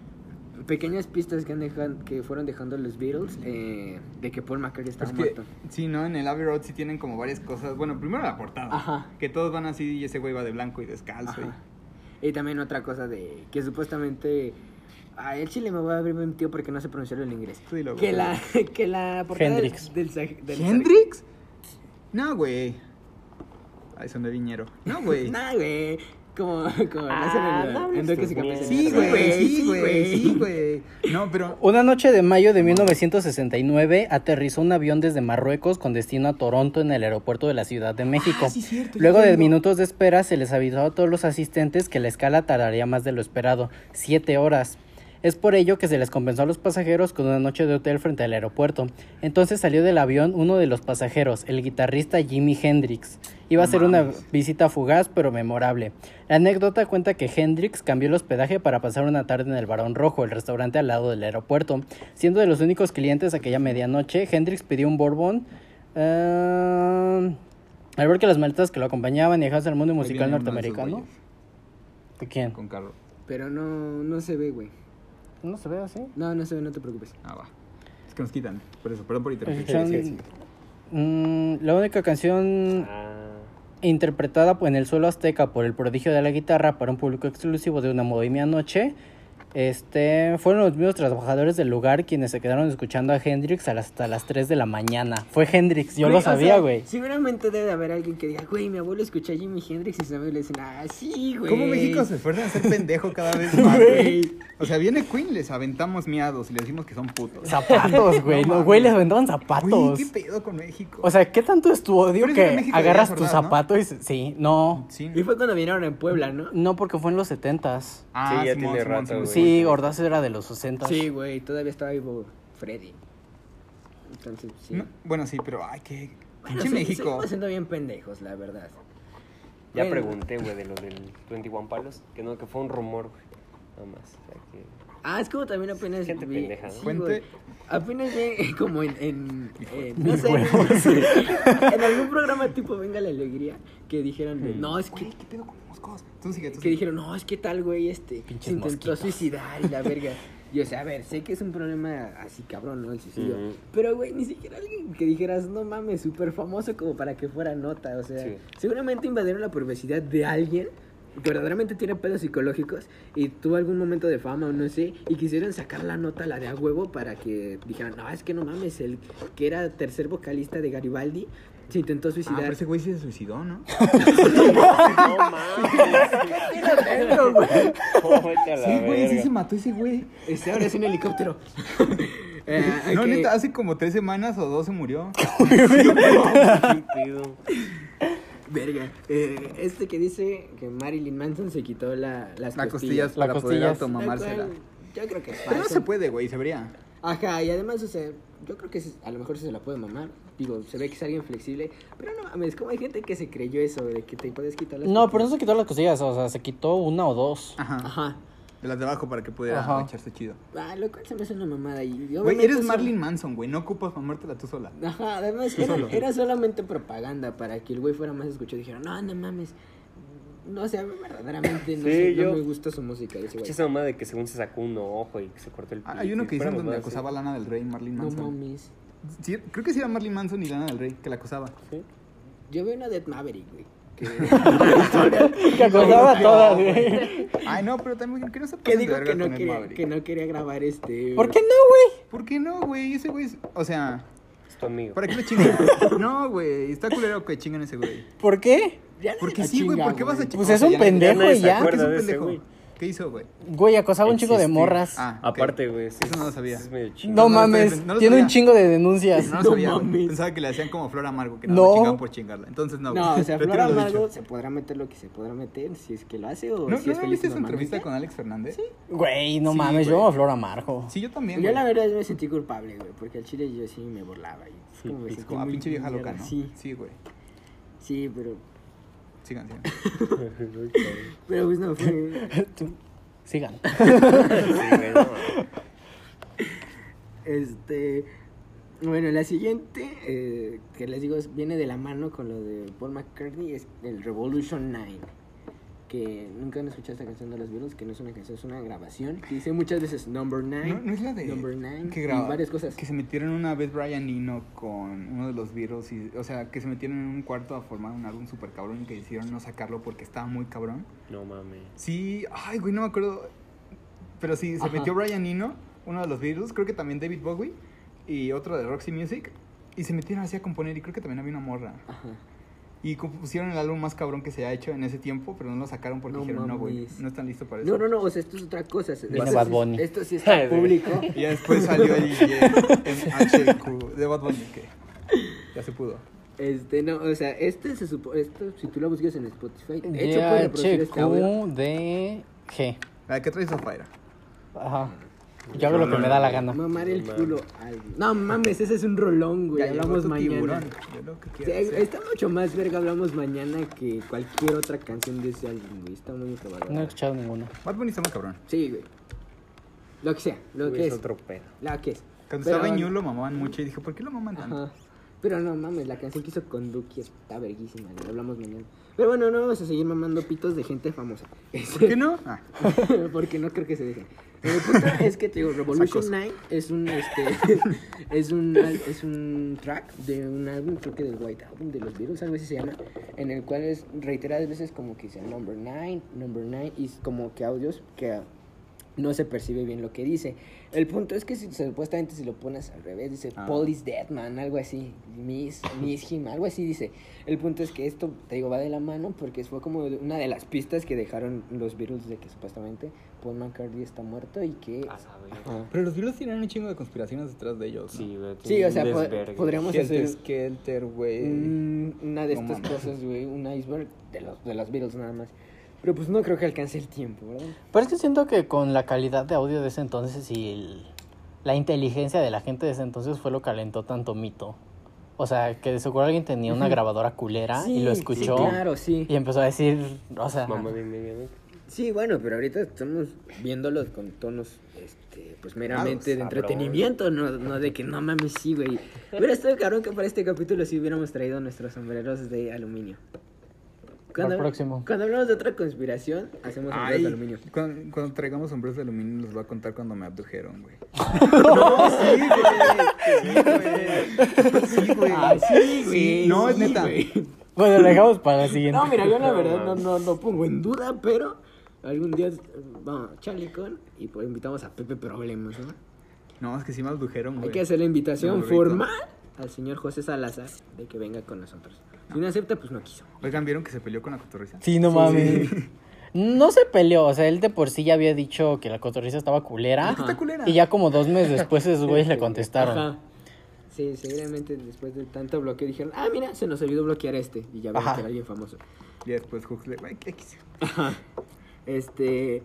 pequeñas pistas que, han dejan- que fueron dejando los Beatles eh, de que Paul McCartney estaba
Es que,
muerto.
sí, ¿no? En el Abbey Road sí tienen como varias cosas. Bueno, primero la portada.
Ajá.
Que todos van así y ese güey va de blanco y descalzo.
Ajá. Y también otra cosa de que supuestamente a el chile me voy a abrir un tío porque no sé pronunciarlo en inglés.
Sí, lo-
que la que la portada del-
Hendrix.
del, sar-
y-
del sar-
¿Hendrix? No, güey. Ay, son de viñero. No, güey.
Nah, güey. Como como
Ah,
hacen en,
no
la-
hables
en Duques y
tú,
Campesinos.
sí,
güey,
güey, sí, güey, sí, güey. No, pero.
Una noche de mayo de 1969 aterrizó un avión desde Marruecos con destino a Toronto en el aeropuerto de la Ciudad de México.
oh, Ah, sí, cierto,
Luego
ya
de
tengo.
minutos de espera se les avisó a todos los asistentes que la escala tardaría más de lo esperado, siete horas. Es por ello que se les compensó a los pasajeros con una noche de hotel frente al aeropuerto. Entonces salió del avión uno de los pasajeros, el guitarrista Jimi Hendrix. Iba a
No
ser una
mames.
visita fugaz pero memorable. La anécdota cuenta que Hendrix cambió el hospedaje para pasar una tarde en el Barón Rojo, el restaurante al lado del aeropuerto. Siendo de los únicos clientes aquella medianoche, Hendrix pidió un bourbon. ah, al ver que las maletas que lo acompañaban viajaban al mundo
Ahí
musical
viene uno de esos
norteamericano.
güeyes
¿De quién?
Con carro.
Pero no no se ve, güey.
No se ve así.
No, no se ve, no te preocupes.
Ah, va. Es que nos quitan. Por eso, perdón por interrumpir.
Son-
sí, sí.
Mm, la única canción
Ah,
interpretada en el suelo azteca por el prodigio de la guitarra para un público exclusivo de una bohemia noche. Este, fueron los mismos trabajadores del lugar quienes se quedaron escuchando a Hendrix a las- hasta las 3 de la mañana. Fue Hendrix, yo
Güey,
lo
o sea,
sabía, güey.
seguramente debe de haber alguien que diga, güey, mi abuelo escucha a Jimi Hendrix y se me le dicen, ah, sí, güey.
¿Cómo México se esfuerza a ser pendejo cada vez más, güey? O sea, viene Queen, les aventamos miados y le decimos que son putos.
Zapatos, güey.
No
No,
mames.
güey, les aventaban zapatos.
Güey, ¿qué pedo con México?
O sea, ¿qué tanto es tu odio
Pero es que en
que
México
agarras
deberías
tu
acordar, ¿no?
zapato y... se- Sí, no.
sí.
Y fue cuando vinieron en Puebla, ¿no?
No, porque fue en los 70s.
Ah,
Sí, ya
Simón,
tiene
Simón,
rato,
Simón.
güey.
Sí, Ordaz era de los 60
Sí, güey, todavía estaba vivo Freddy. Entonces, sí.
No, bueno, sí, pero ay, qué
Bueno,
pinche
se-
México.
Seguimos siendo bien pendejos, la verdad.
ya
Bueno.
pregunté, güey, de lo del 21 Palos. Que no, que fue un rumor, güey. Nada más. o sea, que-
Ah, es como también apenas
Gente
vi-
pendeja, ¿no?
sí,
Fuente.
güey. Apenas vi como en, en, en- no sé, en algún programa tipo Venga la Alegría que dijeron,
Mm.
de, no, es que
Güey, ¿qué pedo con los moscos? Tú sigue, tú
que
sigue.
dijeron, no, es que tal güey este se
Pinches
intentó
mosquitos.
suicidar y la verga. Yo, o sea, a ver, sé que es un problema así cabrón, ¿no? El suicidio.
Ujú.
Pero, güey, ni siquiera alguien que dijeras, no mames, súper famoso como para que fuera nota. O sea,
Sí.
seguramente invadieron la privacidad de alguien que verdaderamente tiene pedos psicológicos y tuvo algún momento de fama o no sé, y quisieron sacar la nota, la de a huevo, para que dijeran, no, es que no mames, el que era tercer vocalista de Garibaldi se intentó
Ah, pero
suicidar.
ese güey sí se suicidó,
No
¿no?
mames. Jódete a la
Sí, güey, sí
verga.
se mató ese güey.
Este ahora es un helicóptero. Eh,
No,
ok.
neta, hace como tres semanas o dos se murió.
Qué pedo.
Verga. Eh, este que dice que Marilyn Manson se quitó la, las
La
costillas.
costillas
La
para poder
costillas.
Lo cual,
automamársela.
Yo creo que es
Pero no
falso.
se puede, güey, se vería.
Ajá, y además, o sea, yo creo que se- a lo mejor sí se la puede mamar. Digo, se ve que es alguien flexible. Pero no mames, como hay gente que se creyó eso de que te puedes quitar las
No, pero no
costillas.
se quitó las cosillas, o sea, se quitó una o dos.
Ajá.
Ajá.
De las de abajo para que pudiera
Ajá.
echarse chido.
Ah, lo cual se me hace una mamada. Y
Güey,
obviamente
eres
eso-
Marlin Manson, güey. No ocupas mamártela tú sola.
Ajá, además
Tú
era,
solo.
era solamente propaganda para que el güey fuera más escuchado. Dijeron, no, no mames. No, o sea, verdaderamente no,
Sí,
sé, no
yo-
me gusta su música. Ese güey.
Esa mamá de que según se sacó un ojo y que se cortó el
Ah, Hay uno que
dice
dicen donde acosaba a Lana del Rey, Marlin
No
Manson.
mames.
Sí, creo que sí era Marlin Manson y Lana del Rey que la acosaba.
Yo veo una de Maverick, güey. Que,
Que acordaba todas, güey.
Ay, no, pero también que no se
que
pasen de
digo
verga
que no,
con el
quería,
Maverick.
que no quería grabar este.
¿Por qué no, güey?
¿Por qué no, güey? Ese güey es... O sea,
Es tu amigo.
¿para qué lo chingan? no, güey. Está culero que chingan ese güey.
¿Por qué?
Ya no
Porque
la
sí, güey.
chinga,
¿Por qué vas a chingar?
Pues es un pendejo
nadie
y
se
ya.
¿Por qué
acuerda
es un
de ese
pendejo?
güey.
¿Qué hizo, güey?
Güey, acosaba un chico de
Existe.
morras.
Ah, ok.
Aparte, güey. sí,
Eso no lo sabía.
sí es medio
no,
chingón.
no,
mames,
no lo
tiene un
sabía.
chingo de denuncias.
No lo
No
sabía, güey.
mames.
Pensaba que le hacían como Flor Amargo, que no,
No.
la chingaban por chingarla. Entonces no,
No,
güey.
o sea,
Retiro
Flor
lo dicho.
Amargo se podrá meter lo que se podrá meter, si es que lo hace o
¿No,
si es
¿no
feliz.
viste su
normalmente.
entrevista con Alex Fernández? Sí.
Güey, no
Sí,
mames, yo
güey.
amo a Flor Amargo.
Sí, yo también,
Yo
güey.
la verdad me sentí culpable, güey, porque al chile yo sí me burlaba. Y es como me
Es
sentí
como, ah,
muy
pinche vieja
mierda,
loca, ¿no?
Sí,
Sí, güey.
sí, pero.
Sigan, sigan.
Pero pues no, fue.
Tú- Sigan.
Sí, güey, no mames.
Este. Bueno, la siguiente, eh, que les digo, es- viene de la mano con lo de Paul McCartney, es el Revolution 9. Que nunca han escuchado esta canción de los Beatles, que no es una canción, es una grabación. Que dice muchas veces Number 9.
No, no es la de
Number 9.
que graba-
Y varias cosas.
Que se metieron una vez Brian Eno con uno de los virus y, o sea, que se metieron en un cuarto a formar un álbum super cabrón y que decidieron no sacarlo porque estaba muy cabrón.
No mames.
Sí, ay, güey, no me acuerdo. Pero sí, se
Ajá.
metió Brian Eno, uno de los Beatles, creo que también David Bowie y otro de Roxy Music. Y se metieron así a componer y creo que también había una morra.
Ajá.
Y compusieron el álbum más cabrón que se ha hecho en ese tiempo, pero no lo sacaron porque
No
dijeron, no, güey,
mames.
no están listos para eso.
No, no, no, o sea, esto es otra cosa. Esto,
Viene
sí-
Bad Bunny.
esto sí está público.
Y ya después salió eh, el MHQ de Bad Bunny, que ya se pudo.
Este, no, o sea, este se supo, esto, si tú lo buscas en Spotify, de hecho puedes reproducir este audio.
G.
La que Ah, traes a Fire.
Ajá. Yo hago lo que me da la gana.
Mamar el culo. al- No mames, ese es un rolón, güey. Hablamos mañana.
Yo lo que eh.
Sí,
quiero hacer.
está mucho más verga hablamos mañana que cualquier otra canción de ese álbum, güey. Está muy
No he
sobrevalorado.
escuchado ninguno.
Bad Bunny está muy cabrón.
Sí, güey. Lo que sea, lo
Güey,
que
es
es.
otro pedo.
La que es.
Cuando
Pero-
estaba en You lo mamaban mucho y dije, ¿por qué lo maman tanto?
Ajá. Pero no mames, la canción que hizo con Duki está verguísima, güey. Hablamos mañana. Pero bueno, no vamos a seguir mamando pitos de gente famosa.
¿Por qué no? Ah,
Porque no creo que se dejen. El punto es que te digo, Revolution 9 es un este es un al- es un track de un álbum, creo que del White Album de los Beatles, algo así se llama, en el cual es reiteradas veces como que dice number 9, number 9 y es como que audios que no se percibe bien lo que dice. El punto es que si, supuestamente si lo pones al revés, dice
Ah.
Paul is dead, man, algo así. Miss, miss him, algo así dice. El punto es que esto, te digo, va de la mano porque fue como una de las pistas que dejaron los Beatles de que supuestamente Paul McCartney está muerto y que...
Ah,
A saber.
Ah,
Ajá.
Pero los Beatles tienen un chingo de conspiraciones detrás de ellos.
Sí, güey.
Sí, o sea,
un
po-
desvergue.
podríamos hacer
Helter Skelter, güey.
un- una de
No
estas
mames.
cosas, güey, un iceberg de los, de los Beatles nada más. Pero pues no creo que alcance el tiempo, ¿verdad?
Pero es que siento que con la calidad de audio de ese entonces y el- la inteligencia de la gente de ese entonces fue lo que alentó tanto mito. O sea, que de seguro alguien tenía una grabadora culera Ah, y lo
Sí,
escuchó
Sí, claro, sí.
y empezó a decir, o sea,
Mamá de media, güey.
Sí, bueno, pero ahorita estamos viéndolos con tonos, este, pues meramente de
Sabroso.
entretenimiento, no, no de que no mames, sí, güey. Hubiera estado cabrón que para este capítulo sí hubiéramos traído nuestros sombreros de aluminio.
Para el próximo.
Cuando hablamos de otra conspiración, hacemos sombreros
Ay,
de aluminio.
cuando, cuando traigamos sombreros de aluminio les voy a contar cuando me abdujeron, güey.
Sí, güey. sí,
Sí, no, es neta.
bueno, lo dejamos para la siguiente.
No, mira, yo la verdad no, no, no pongo en duda, pero algún día eh, vamos a Charlicon y pues invitamos a Pepe Problemas, ¿no?
No, es que sí me abdujeron, güey.
Hay que hacer la invitación
No, rico.
formal al señor José Salazar de que venga con nosotros. Si no acepta, pues no quiso.
Oigan, ¿vieron que se peleó con la cotorriza?
Sí, no mames. No se peleó, o sea, él de por sí ya había dicho que la cotorriza estaba culera.
Ajá. Está
culera.
Y ya como dos meses después esos güeyes le contestaron.
Ajá. Sí, seguramente después de tanto bloqueo dijeron, ah, mira, se nos olvidó bloquear a este. Y ya vieron
Ajá.
que era alguien famoso.
Y después Huxley, güey, ¿qué quiso?
Este,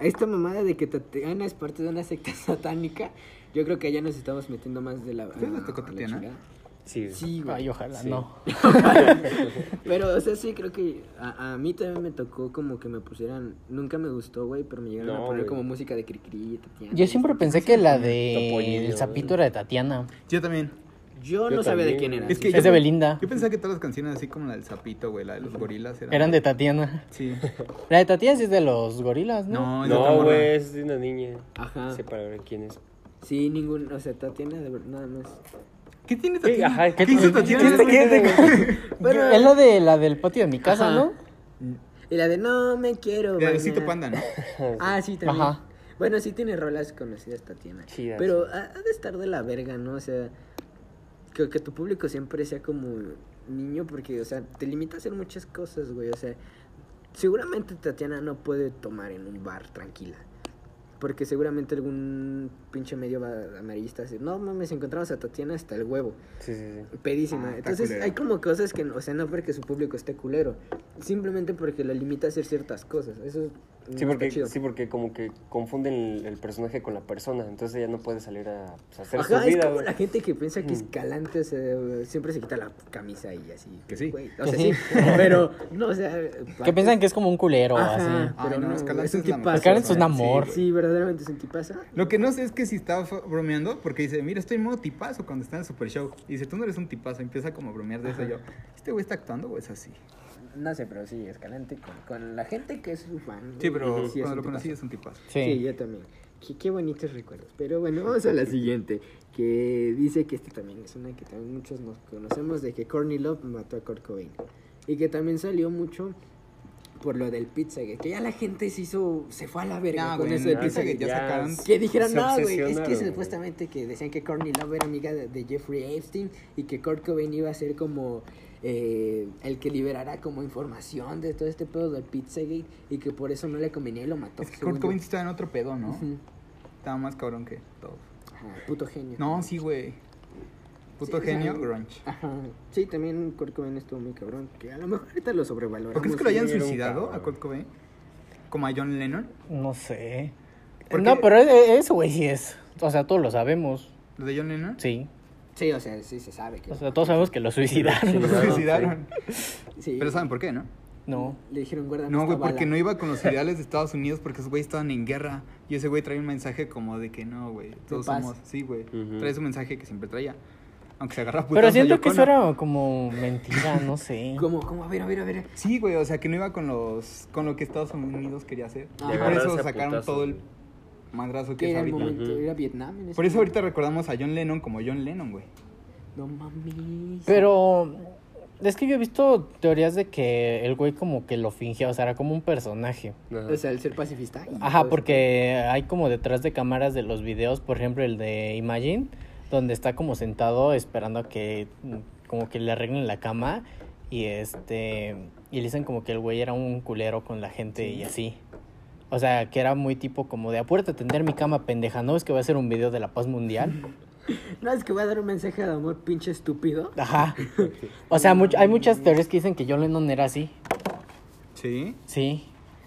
esta mamada de que Tatiana es parte de una secta satánica, yo creo que ya nos estamos metiendo más de la...
¿Ustedes les tocó
a la
Tatiana?
chingada.
Sí, güey.
Sí, güey.
Ay, ojalá,
Sí.
no.
Pero, o sea, sí, creo que a, a mí también me tocó como que me pusieran. Nunca me gustó, güey, pero me llegaron
No,
a poner
güey.
como música de Cricri, Tatiana.
Yo siempre pensé que la de
Topollillo,
El Zapito era de Tatiana.
Yo también.
Yo,
Yo
no sabía de
también,
quién era.
güey.
Ah, sí.
Es de
yo-
Belinda.
Yo pensaba que todas las canciones, así como la del sapito, güey, la de los gorilas, eran...
Eran de Tatiana.
Sí.
La de Tatiana sí es de los gorilas, ¿no?
No, es de otra
No,
morra.
güey, es de una niña.
Ajá.
No sé para ver quién es.
Sí, ningún. O sea, Tatiana, de verdad, nada más.
¿Qué tiene Tatiana?
ajá,
¿Qué,
¿qué
hizo
tiene?
Tatiana?
¿Qué- qué-
Bueno.
Es la de la del patio de mi casa,
Ajá.
¿no?
Y la de No me quiero.
La de
bañar".
Luisito Panda, ¿no?
Ah, sí, también.
Ajá.
Bueno, sí tiene rolas conocidas, Tatiana.
Chidas.
Pero ha, ha de estar de la verga, ¿no? O sea, que, que tu público siempre sea como niño, porque, o sea, te limita a hacer muchas cosas, güey. O sea, seguramente Tatiana no puede tomar en un bar tranquila. Porque seguramente algún pinche medio va- amarillista va a decir, no mames, encontramos a Tatiana hasta el huevo.
Sí, sí, sí.
Pedísima.
Ah, está
Entonces
culero.
hay como cosas que, no- o sea, no porque su público esté culero, simplemente porque lo limita a hacer ciertas cosas. Eso no
Sí
está
porque,
chido.
sí, porque como que confunden el, el personaje con la persona, entonces ya no puede salir a pues, hacer
Ajá,
su
es
vida.
como
güey.
la gente que piensa que es calante, o sea, siempre se quita la camisa y así.
Que sí.
güey. O sea,
Que sí.
sí, pero no, o sea...
Que piensan que es como un culero,
Ajá,
así.
Ay,
pero
no,
no,
Escalante
es un
es la
tipazo.
mejor.
Escalante es un
o sea,
amor.
Sí, sí, verdaderamente es un tipazo.
Lo que no sé es que si estaba fa- bromeando, porque dice, mira, estoy en modo tipazo cuando está en el super show. Y dice, tú no eres un tipazo. Empieza como a bromear de eso y yo. ¿Este güey está actuando o es así?
No sé, pero sí, escalante con, con la gente que es su fan.
Sí, pero
sí, es
cuando
un
lo conocí
tipazo.
es un tipazo.
Sí,
Sí.
yo también. Qué, qué bonitos recuerdos. Pero bueno, vamos a la siguiente, que dice que esta también es una que también muchos nos conocemos, de que Courtney Love mató a Kurt Cobain. Y que también salió mucho por lo del Pizzagate, que ya la gente se hizo, se fue a la verga
Ah,
con
güey,
eso del
no, piensa
Pizzagate.
que ya sacaron-
Que dijeron,
se
no, güey, es que
obsesionaron, güey".
supuestamente que decían que Courtney Love era amiga de, de Jeffrey Epstein y que Kurt Cobain iba a ser como eh, el que liberara como información de todo este pedo del Pizzagate y que por eso no le convenía y lo mató.
Es que
según
Kurt
yo.
Cobain estaba en otro pedo, ¿no?
Ujú.
Estaba más cabrón que todos.
Ajá, puto genio.
No, sí, güey. Puto
Sí,
genio, Ah,
sí.
grunge.
Ajá. Sí, también Kurt Cobain estuvo muy cabrón. Que a lo mejor ahorita lo sobrevaloramos.
¿Por qué es que lo hayan
sí, era un
suicidado a
cabrón.
Kurt Cobain? Como a John Lennon.
No sé.
Porque-
No, pero e- eso, güey, sí es. O sea, todos lo sabemos.
¿Lo de John Lennon?
Sí.
Sí, o sea, sí se sabe que.
O sea, todos sabemos que lo suicidaron.
Lo
Sí.
suicidaron.
sí.
Pero ¿saben por qué, no?
No.
Le dijeron, guarda
No, güey,
esta
porque no
bala".
iba con los ideales de Estados Unidos porque esos güeyes estaban en guerra. Y ese güey trae un mensaje como de que no, güey. Todos
paz.
somos. Sí, güey.
Ujú.
Trae su mensaje que siempre traía. Aunque se agarra a putazos
Pero
a
siento que
Yoko
eso
Ono.
era como mentira, no sé.
¿Cómo? ¿Cómo? A ver, a ver, a ver.
Sí, güey, o sea, que no iba con los con lo que Estados Unidos quería hacer.
Ajá.
Y por
agarrarse
eso
Ah. a
sacaron
putazos,
todo el
güey.
madrazo que es
Era el
ahorita.
momento,
Ujú.
era Vietnam en ese
Por eso ahorita recordamos a John Lennon como John Lennon, güey.
No mames.
Pero es que yo he visto teorías de que el güey como que lo fingía, o sea, era como un personaje.
Ajá.
O sea, el ser pacifista. y todo
Ajá,
eso.
porque hay como detrás de cámaras de los videos, por ejemplo, el de Imagine, donde está como sentado esperando a que mm, como que le arreglen la cama y este y le dicen como que el güey era un culero con la gente y así. O sea, que era muy tipo como de apúrate a tender mi cama, pendeja, ¿no? Es que voy a hacer un video de la paz mundial.
No, es que voy a dar un mensaje de amor, pinche estúpido.
Ajá. O sea, much- hay muchas teorías que dicen que John Lennon era así.
Sí.
Sí.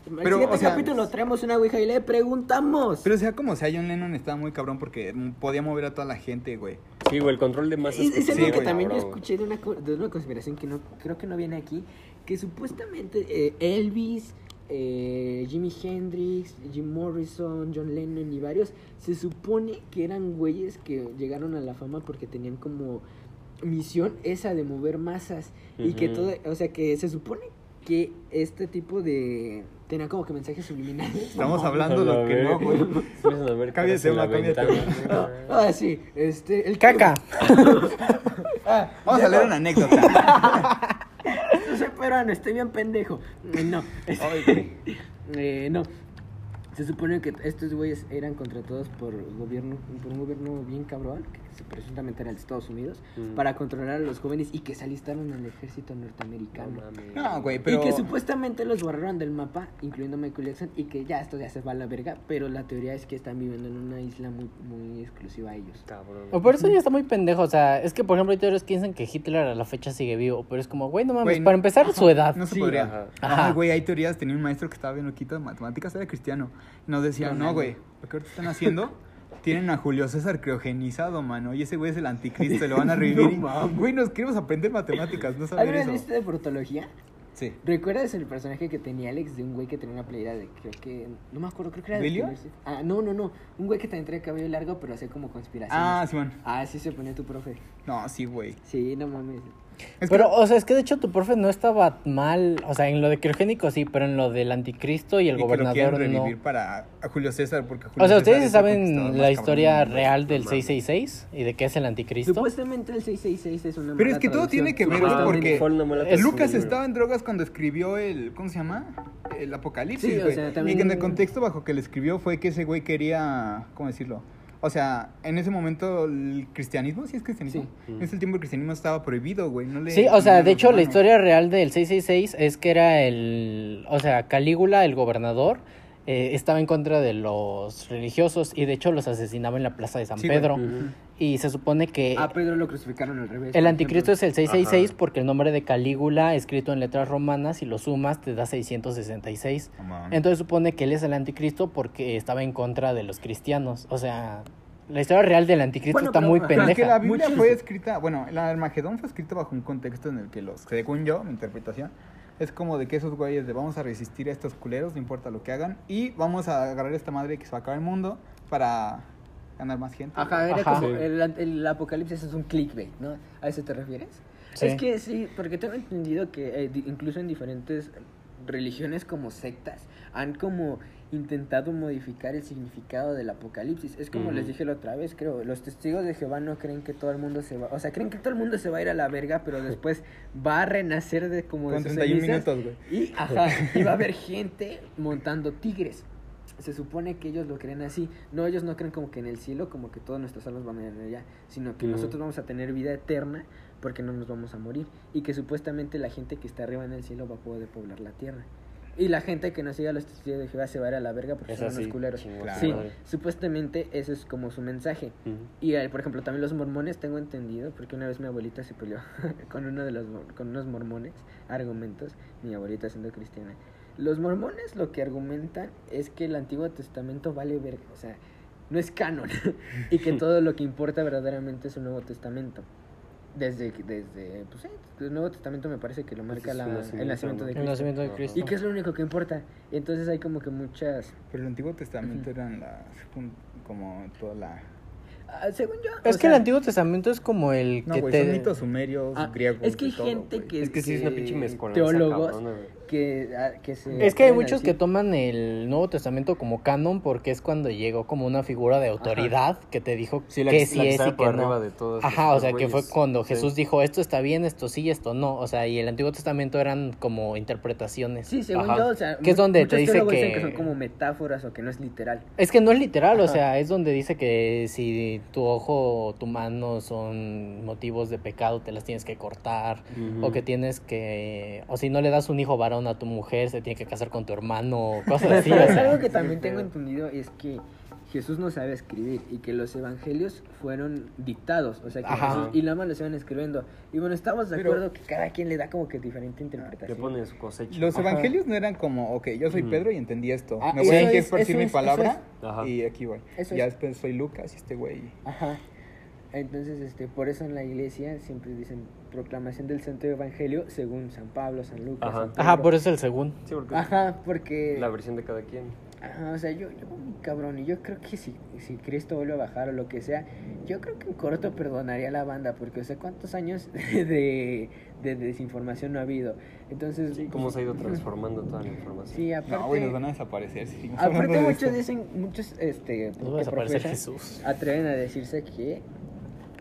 El
Pero,
siguiente
o sea-
capítulo traemos una ouija y le preguntamos.
Pero sea como sea, John Lennon estaba muy cabrón porque mm, podía mover a toda la gente, güey.
Sí, güey, el control de masas.
Es, es
que
algo
tiene,
que también yo
cabrón.
escuché de una, co- de una conspiración que no creo que no viene aquí, que supuestamente eh, Elvis, eh, Jimi Hendrix, Jim Morrison, John Lennon y varios, se supone que eran güeyes que llegaron a la fama porque tenían como misión esa de mover masas y que
Ujú.
todo, o sea que se supone que este tipo de tenía como que mensajes subliminales.
Estamos hablando
A
de
la
lo que no,
verga.
güey.
Empiezan a ver
Cambia de
caras en
tema,
la
cambia de
ventana.
Ah, sí, este el
Caca.
Ah, Vamos a leer una anécdota.
No soy peruano, estoy bien pendejo. No. Eh, no. Se supone que estos güeyes eran contratados por gobierno, por un gobierno bien cabrón, que presuntamente era el de Estados Unidos,
Mm.
para controlar a los jóvenes y que se alistaron al ejército norteamericano.
No, güey, pero.
Y que supuestamente los borraron del mapa, incluyendo Michael Jackson, y que ya esto ya se va a la verga, pero la teoría es que están viviendo en una isla muy, muy exclusiva a ellos.
Cabrón.
O por eso ya está muy pendejo, o sea, es que por ejemplo hay teorías que dicen que Hitler a la fecha sigue vivo, pero es como, güey, no mames,
Güey, no-
para empezar su edad.
No se
Sí,
podría.
ajá.
Ah, Ajá.
Ay, güey, hay teorías. Tenía un maestro que estaba bien loquito de matemáticas, era cristiano. Nos decía, no, güey, lo que ahorita están haciendo, tienen a Julio César criogenizado, mano. Y ese güey es el anticristo, lo van a revivir. y- Güey, nos queremos aprender matemáticas, no saber
¿Alguna vez
eso.
este-
viste de portología?
Sí.
¿Recuerdas el personaje que tenía Alex de un güey que tenía una playera de creo que no me acuerdo, creo que era de
¿Belio?
Colors? Ah, no, no, no, un güey que también traía cabello largo, pero hacía como conspiraciones.
Ah, Simón.
Ah, sí se ponía tu profe.
No, sí, güey.
Sí, no mames.
Es que-
Pero, o sea, es que de hecho tu profe no estaba mal, o sea, en lo de criogénico sí, pero en lo del anticristo y el
y que lo
gobernador
quieren
no.
revivir para a Julio César, porque Julio
O sea, ¿ustedes
César es el conquistador
saben
más
la
cabrón
historia
del mundo.
real del 666 y de qué es el anticristo?
Supuestamente el 666 es una
Pero
mala
es que todo
traducción.
tiene que ver,
Ah,
güey, porque
fue una mala
Es-
Lucas
traducción,
estaba en drogas cuando escribió el. ¿Cómo se llama? El Apocalipsis,
Sí, o
güey.
sea,
Y que en
también-
el contexto bajo que le escribió fue que ese güey quería. ¿Cómo decirlo? O sea, en ese momento el cristianismo, sí es cristianismo.
Sí.
En ese tiempo el cristianismo estaba prohibido, güey. No le
Sí, o sea,
no
de
le
hecho la
romanos.
historia real del 666 es que era el, o sea, Calígula, el gobernador, eh, estaba en contra de los religiosos y de hecho los asesinaba en la plaza de San
Sí, güey.
Pedro.
Ujú.
Y se supone que
A Ah, Pedro lo crucificaron al revés.
El
por
anticristo
ejemplo.
es el 666 porque el nombre de Calígula, escrito en letras romanas, si lo sumas te da 666.
No mames.
Entonces supone que él es el anticristo porque estaba en contra de los cristianos. O sea, la historia real del anticristo
Bueno,
está
pero-
muy
pero
Pero es que
pendeja.
la Biblia
Muchos-
fue escrita, bueno, el Armagedón fue escrito bajo un contexto en el que los, según yo, mi interpretación, es como de que esos güeyes de vamos a resistir a estos culeros, no importa lo que hagan, y vamos a agarrar esta madre que se va a acabar el mundo para ganar más gente.
Ajá, era
Ajá.
como
Sí.
el, el apocalipsis es un clickbait, ¿no? ¿A eso te refieres?
Sí.
Es que sí, porque tengo entendido que eh, di- incluso en diferentes religiones como sectas han como intentado modificar el significado del apocalipsis. Es como
Ujú.
les dije la otra vez, creo, los testigos de Jehová no creen que todo el mundo se va, o sea, creen que todo el mundo se va a ir a la verga, pero después va a renacer de como de
Con
sus
31
cenizas.
minutos, güey.
Y, ajá, y va a haber gente montando tigres. Se supone que ellos lo creen así. No, ellos no creen como que en el cielo, como que todos nuestros almas van a ir allá, sino que
Ujú.
nosotros vamos a tener vida eterna porque no nos vamos a morir. Y que supuestamente la gente que está arriba en el cielo va a poder poblar la tierra. Y la gente que no siga los testigos de Jehová se va a ir a la verga porque
Es
son
así,
unos culeros.
chingo a su
Sí,
madre.
supuestamente eso es como su mensaje.
Ujú.
Y eh, por ejemplo, también los mormones tengo entendido, porque una vez mi abuelita se peleó con uno de los mor- con unos mormones, argumentos, mi abuelita siendo cristiana. Los mormones lo que argumentan es que el Antiguo Testamento vale verga, o sea, no es canon y que todo lo que importa verdaderamente es el Nuevo Testamento. Desde que- desde pues sí, el Nuevo Testamento me parece que lo marca
su
la- el nacimiento de
¿no?
El
Cristo.
nacimiento de
Ajá.
Cristo.
Y que es lo único que importa. Y entonces hay como que muchas
Pero el Antiguo Testamento eran las, jun- como toda la...
ah, según yo.
Es
o
que el
sea,
Antiguo Testamento es como el
No,
que
güey,
te...
son mitos sumerios,
ah,
griegos.
Es que hay
de todo,
gente
güey.
que.
Es que sí es una pinche mezcolanza,
Teólogos
cabrona, güey.
que, ah, que se.
Es que hay
atreven a
muchos que
decir-
toman el Nuevo Testamento como canon porque es cuando llegó como una figura de autoridad que te dijo
Sí, la
que
que-
sí
la que
es
estaba
y
por
que no.
arriba de todos los
Ajá, o sea,
otros
que fue
güeyes.
cuando
Sí.
Jesús dijo esto está bien, esto sí, esto no. O sea, y el Antiguo Testamento eran como interpretaciones.
Sí, según
Ajá.
yo, o sea.
Que es donde
muchos
te dice
teólogos
que-
dicen son como metáforas o que no es literal.
Es que no es literal, o sea, es donde dice que si tu ojo o tu mano son motivos de pecado, te las tienes que cortar.
Ujú.
O que tienes que. O si no le das un hijo varón a tu mujer, se tiene que casar con tu hermano, o cosas así. o
Pero es
sea.
algo que también
pero-
tengo entendido es que Jesús no sabe escribir y que los evangelios fueron dictados, o sea que
Ajá.
Jesús y Lama los iban escribiendo. Y bueno, estamos de
Pero-
acuerdo que cada quien le da como que diferente
Le
interpretación.
ponen su cosecha.
Los
Ajá.
evangelios no eran como, ok, yo soy
Ujú.
Pedro y entendí esto.
Ah,
Me voy
eso
aquí a
es,
esparcir
eso
mi
es,
palabra
eso es. Ajá.
y aquí voy.
Eso
ya
es.
después soy Lucas y este güey.
Ajá. Entonces, este, por eso en la iglesia siempre dicen proclamación del Santo Evangelio según San Pablo, San Lucas.
Ajá.
San Pedro.
Ajá, por eso el segundo.
Sí, porque
Ajá, porque
la versión de cada quien.
Ajá, o sea, yo, yo, cabrón, y yo creo que si, si Cristo vuelve a bajar o lo que sea, yo creo que en corto perdonaría a la banda, porque, o sea, ¿cuántos años de, de desinformación no ha habido? Entonces,
Cómo se ha ido transformando toda la información.
sí,
No,
aparte,
güey, nos van a desaparecer. si seguimos hablando
aparte
de
muchos
esto.
dicen, muchos, este,
No va a
que
desaparecer
profesan,
Jesús.
atreven a decirse que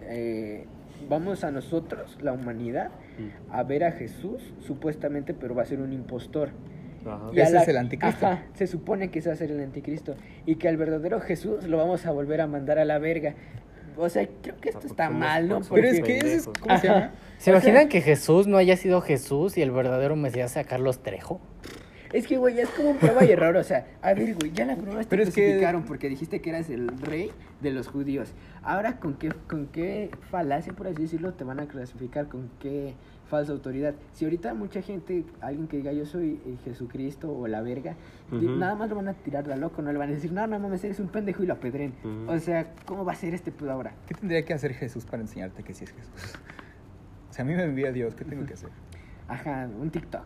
eh, vamos a nosotros, la humanidad,
Mm.
a ver a Jesús, supuestamente, pero va a ser un impostor.
Ajá.
Y a
Ese es el anticristo.
Ajá, se supone que se va a ser el anticristo. Y que al verdadero Jesús lo vamos a volver a mandar a la verga. O sea, creo que esto
porque
está
Ah, pues, somos-
mal, ¿no?
porque somos
Pero es que ese es.
pendejos.
¿Cómo se
Ajá.
llama?
¿Se imaginan que Jesús no haya sido Jesús y el verdadero Mesías sea Carlos Trejo?
Es que, güey, es como un prueba y error. O sea, a ver, güey, ya la prueba te
Pero es que-
crucificaron porque dijiste que eras el rey de los judíos. Ahora, ¿con qué, ¿con qué falacia, por así decirlo, te van a clasificar? ¿Con qué falsa autoridad? Si ahorita mucha gente, alguien que diga yo soy eh, Jesucristo o la verga, di-
Ujú.
nada más lo van a tirar de loco, no le van a decir, no, no mames, eres un pendejo y lo apedren.
Ujú.
O sea, ¿cómo va a ser este puto ahora?
¿Qué tendría que hacer Jesús para enseñarte que sí es Jesús? O sea, a mí me envía Dios, ¿qué tengo que hacer?
Ajá, un TikTok.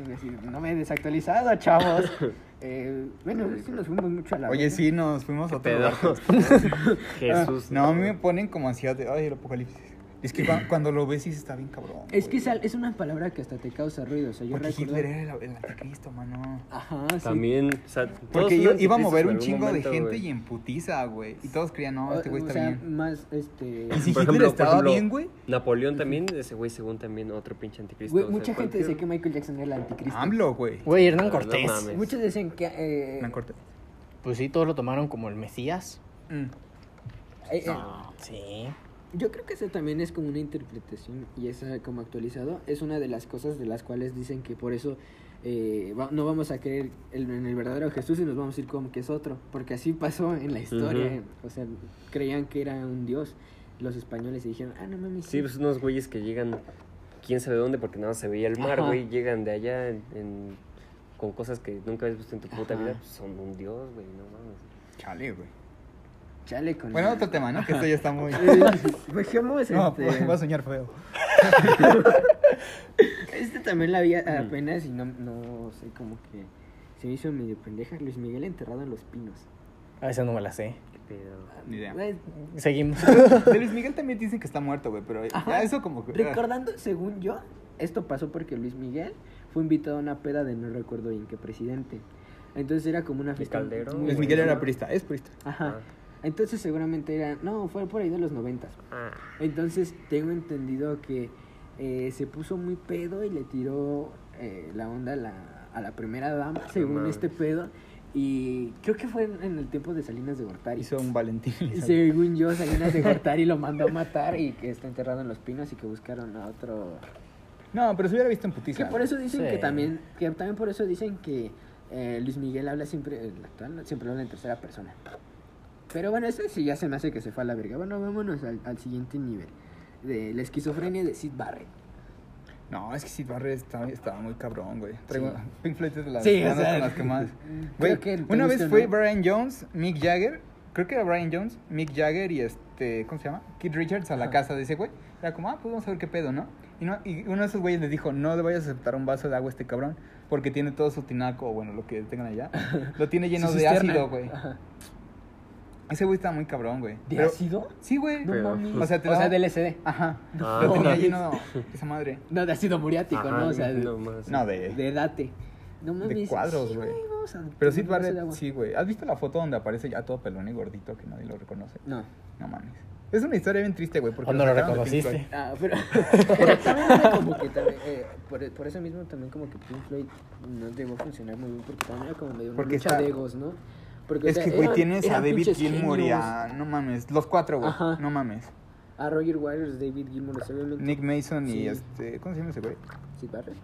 Es decir, no me he desactualizado, chavos. Eh, bueno, sí nos fuimos mucho a la
Oye,
verga.
sí, nos fuimos a otro
Pedo.
lado.
Jesús.
Ah, No, a mí me ponen como ansiedad de, ay, el apocalipsis. Es que cua- cuando lo ves sí está bien cabrón.
Es que
güey.
es, al- es una palabra que hasta te causa ruido. O sea, yo
Porque
recuerdo...
Hitler era el, el anticristo, mano.
Ajá, sí.
También, o sea, todos
Porque
son
iba, iba a
anticristos
mover
en
un
algún
chingo
momento,
de gente
güey.
y en putiza, güey. Y todos creían, no,
O,
este güey
o
está
sea, mm,
bien.
más este.
Y si
Por
Hitler
ejemplo, por
estaba
ejemplo,
bien, güey.
Napoleón también, ese güey según también otro pinche anticristo.
Güey,
o sea,
mucha gente
cualquier-
decía que Michael Jackson era el anticristo.
AMLO, güey.
Güey, Hernán
No
Cortés.
mames.
Muchos decían que. eh,
¿Me corté?
Pues sí, todos lo tomaron como el Mesías.
Mm.
eh, eh,
Sí.
Yo creo que eso también es como una interpretación y es eh, como actualizado. Es una de las cosas de las cuales dicen que por eso eh, va- no vamos a creer el- en el verdadero Jesús y nos vamos a ir como que es otro. Porque así pasó en la historia.
Ujú.
eh. O sea, creían que era un dios. Los españoles y dijeron, ah, no mames.
Sí, pues unos güeyes que llegan, quién sabe dónde, porque nada más se veía el mar,
Ajá.
güey. Llegan de allá en- en- con cosas que nunca habías visto en tu puta
Ajá.
vida. pues, son un dios, güey, no mames.
Chale, güey.
Chale con
Bueno,
la-
otro tema, ¿no? Que esto ya está muy.
este. Dejemos
No,
pues, este.
voy a soñar feo.
Este también la vi a- apenas y no, no sé, como que se me hizo medio pendeja. Luis Miguel enterrado en los pinos.
A esa no me la sé.
Qué pedo.
Ni idea.
Eh,
Seguimos.
De Luis Miguel también dicen que está muerto, güey, pero eh, ya eso como que. ah.
Recordando, según yo, esto pasó porque Luis Miguel fue invitado a una peda de no recuerdo bien qué presidente. Entonces era como una fiesta.
Calderón,
muy
Luis Miguel
buena.
era prista, es prista.
Ajá. Entonces seguramente era. No, fue por ahí de los noventas.
Ah.
Entonces tengo entendido que eh, se puso muy pedo y le tiró eh, la onda a la, a la primera dama,
Ah,
según
mames.
este pedo. Y creo que fue en, en el tiempo de Salinas de Gortari.
Hizo un Valentín.
Y Según yo, Salinas de Gortari lo mandó a matar y que está enterrado en los pinos y que buscaron a otro.
No, pero se hubiera visto en
Que
putiza.
por eso dicen
Sí.
que también, que también por eso dicen que eh, Luis Miguel habla siempre, el actual, siempre habla en tercera persona. Pero bueno, eso sí ya se me hace que se fue a la verga. Bueno, vámonos al, al siguiente nivel. De la esquizofrenia de Sid Barrett.
No, es que Sid Barrett estaba, estaba muy cabrón, güey.
Sí.
Traigo Pink Floyd es de las
Sí, o
bandas
sea,
con las que más.
creo
Güey,
que te
una
guste
vez
o
fue
no.
Brian Jones, Mick Jagger, creo que era Brian Jones, Mick Jagger y este, ¿cómo se llama? Keith Richards a la casa de ese güey. Era como, ah, pues vamos a ver qué pedo, ¿no? Y, no, y uno de esos güeyes le dijo, no le vayas a aceptar un vaso de agua a este cabrón, porque tiene todo su tinaco, o bueno, lo que tengan allá, lo tiene lleno
Su
de
cisterna.
ácido, güey. Ese güey estaba muy cabrón, güey.
¿De
Pero-
ácido?
Sí, güey.
No
Pero-
mames.
O sea, te
O sea,
daba-
de LSD.
Ajá.
Ah.
Lo tenía lleno esa madre.
No, de ácido muriático,
Ajá,
¿no? O sea, de,
no más.
No, de...
de date. No mames.
cuadros,
sí,
güey.
vamos a
Pero sí,
tomar un vaso
Barret,
de agua.
sí, güey. ¿Has visto la foto donde aparece ya todo pelón y gordito que nadie lo reconoce?
No.
No mames. Es una historia bien triste, güey. Porque
¿O no lo
sacaron de Pink
reconociste?
Floyd.
Ah, pero, pero también era como que también, eh, por, por eso mismo también como que Pink Floyd no llegó a funcionar muy bien porque también era como medio una
Porque
lucha
está-
de egos, ¿no? Porque, o
Es
sea,
que, güey,
eran-
tienes a
eran
David
pinches
Gilmour y
genios.
a... No mames. Los cuatro, güey.
Ajá.
No mames.
A Roger Waters, David Gilmour, obviamente.
Nick Mason y
Sí.
este... ¿Cómo se llama ese güey?
Sid Barrett.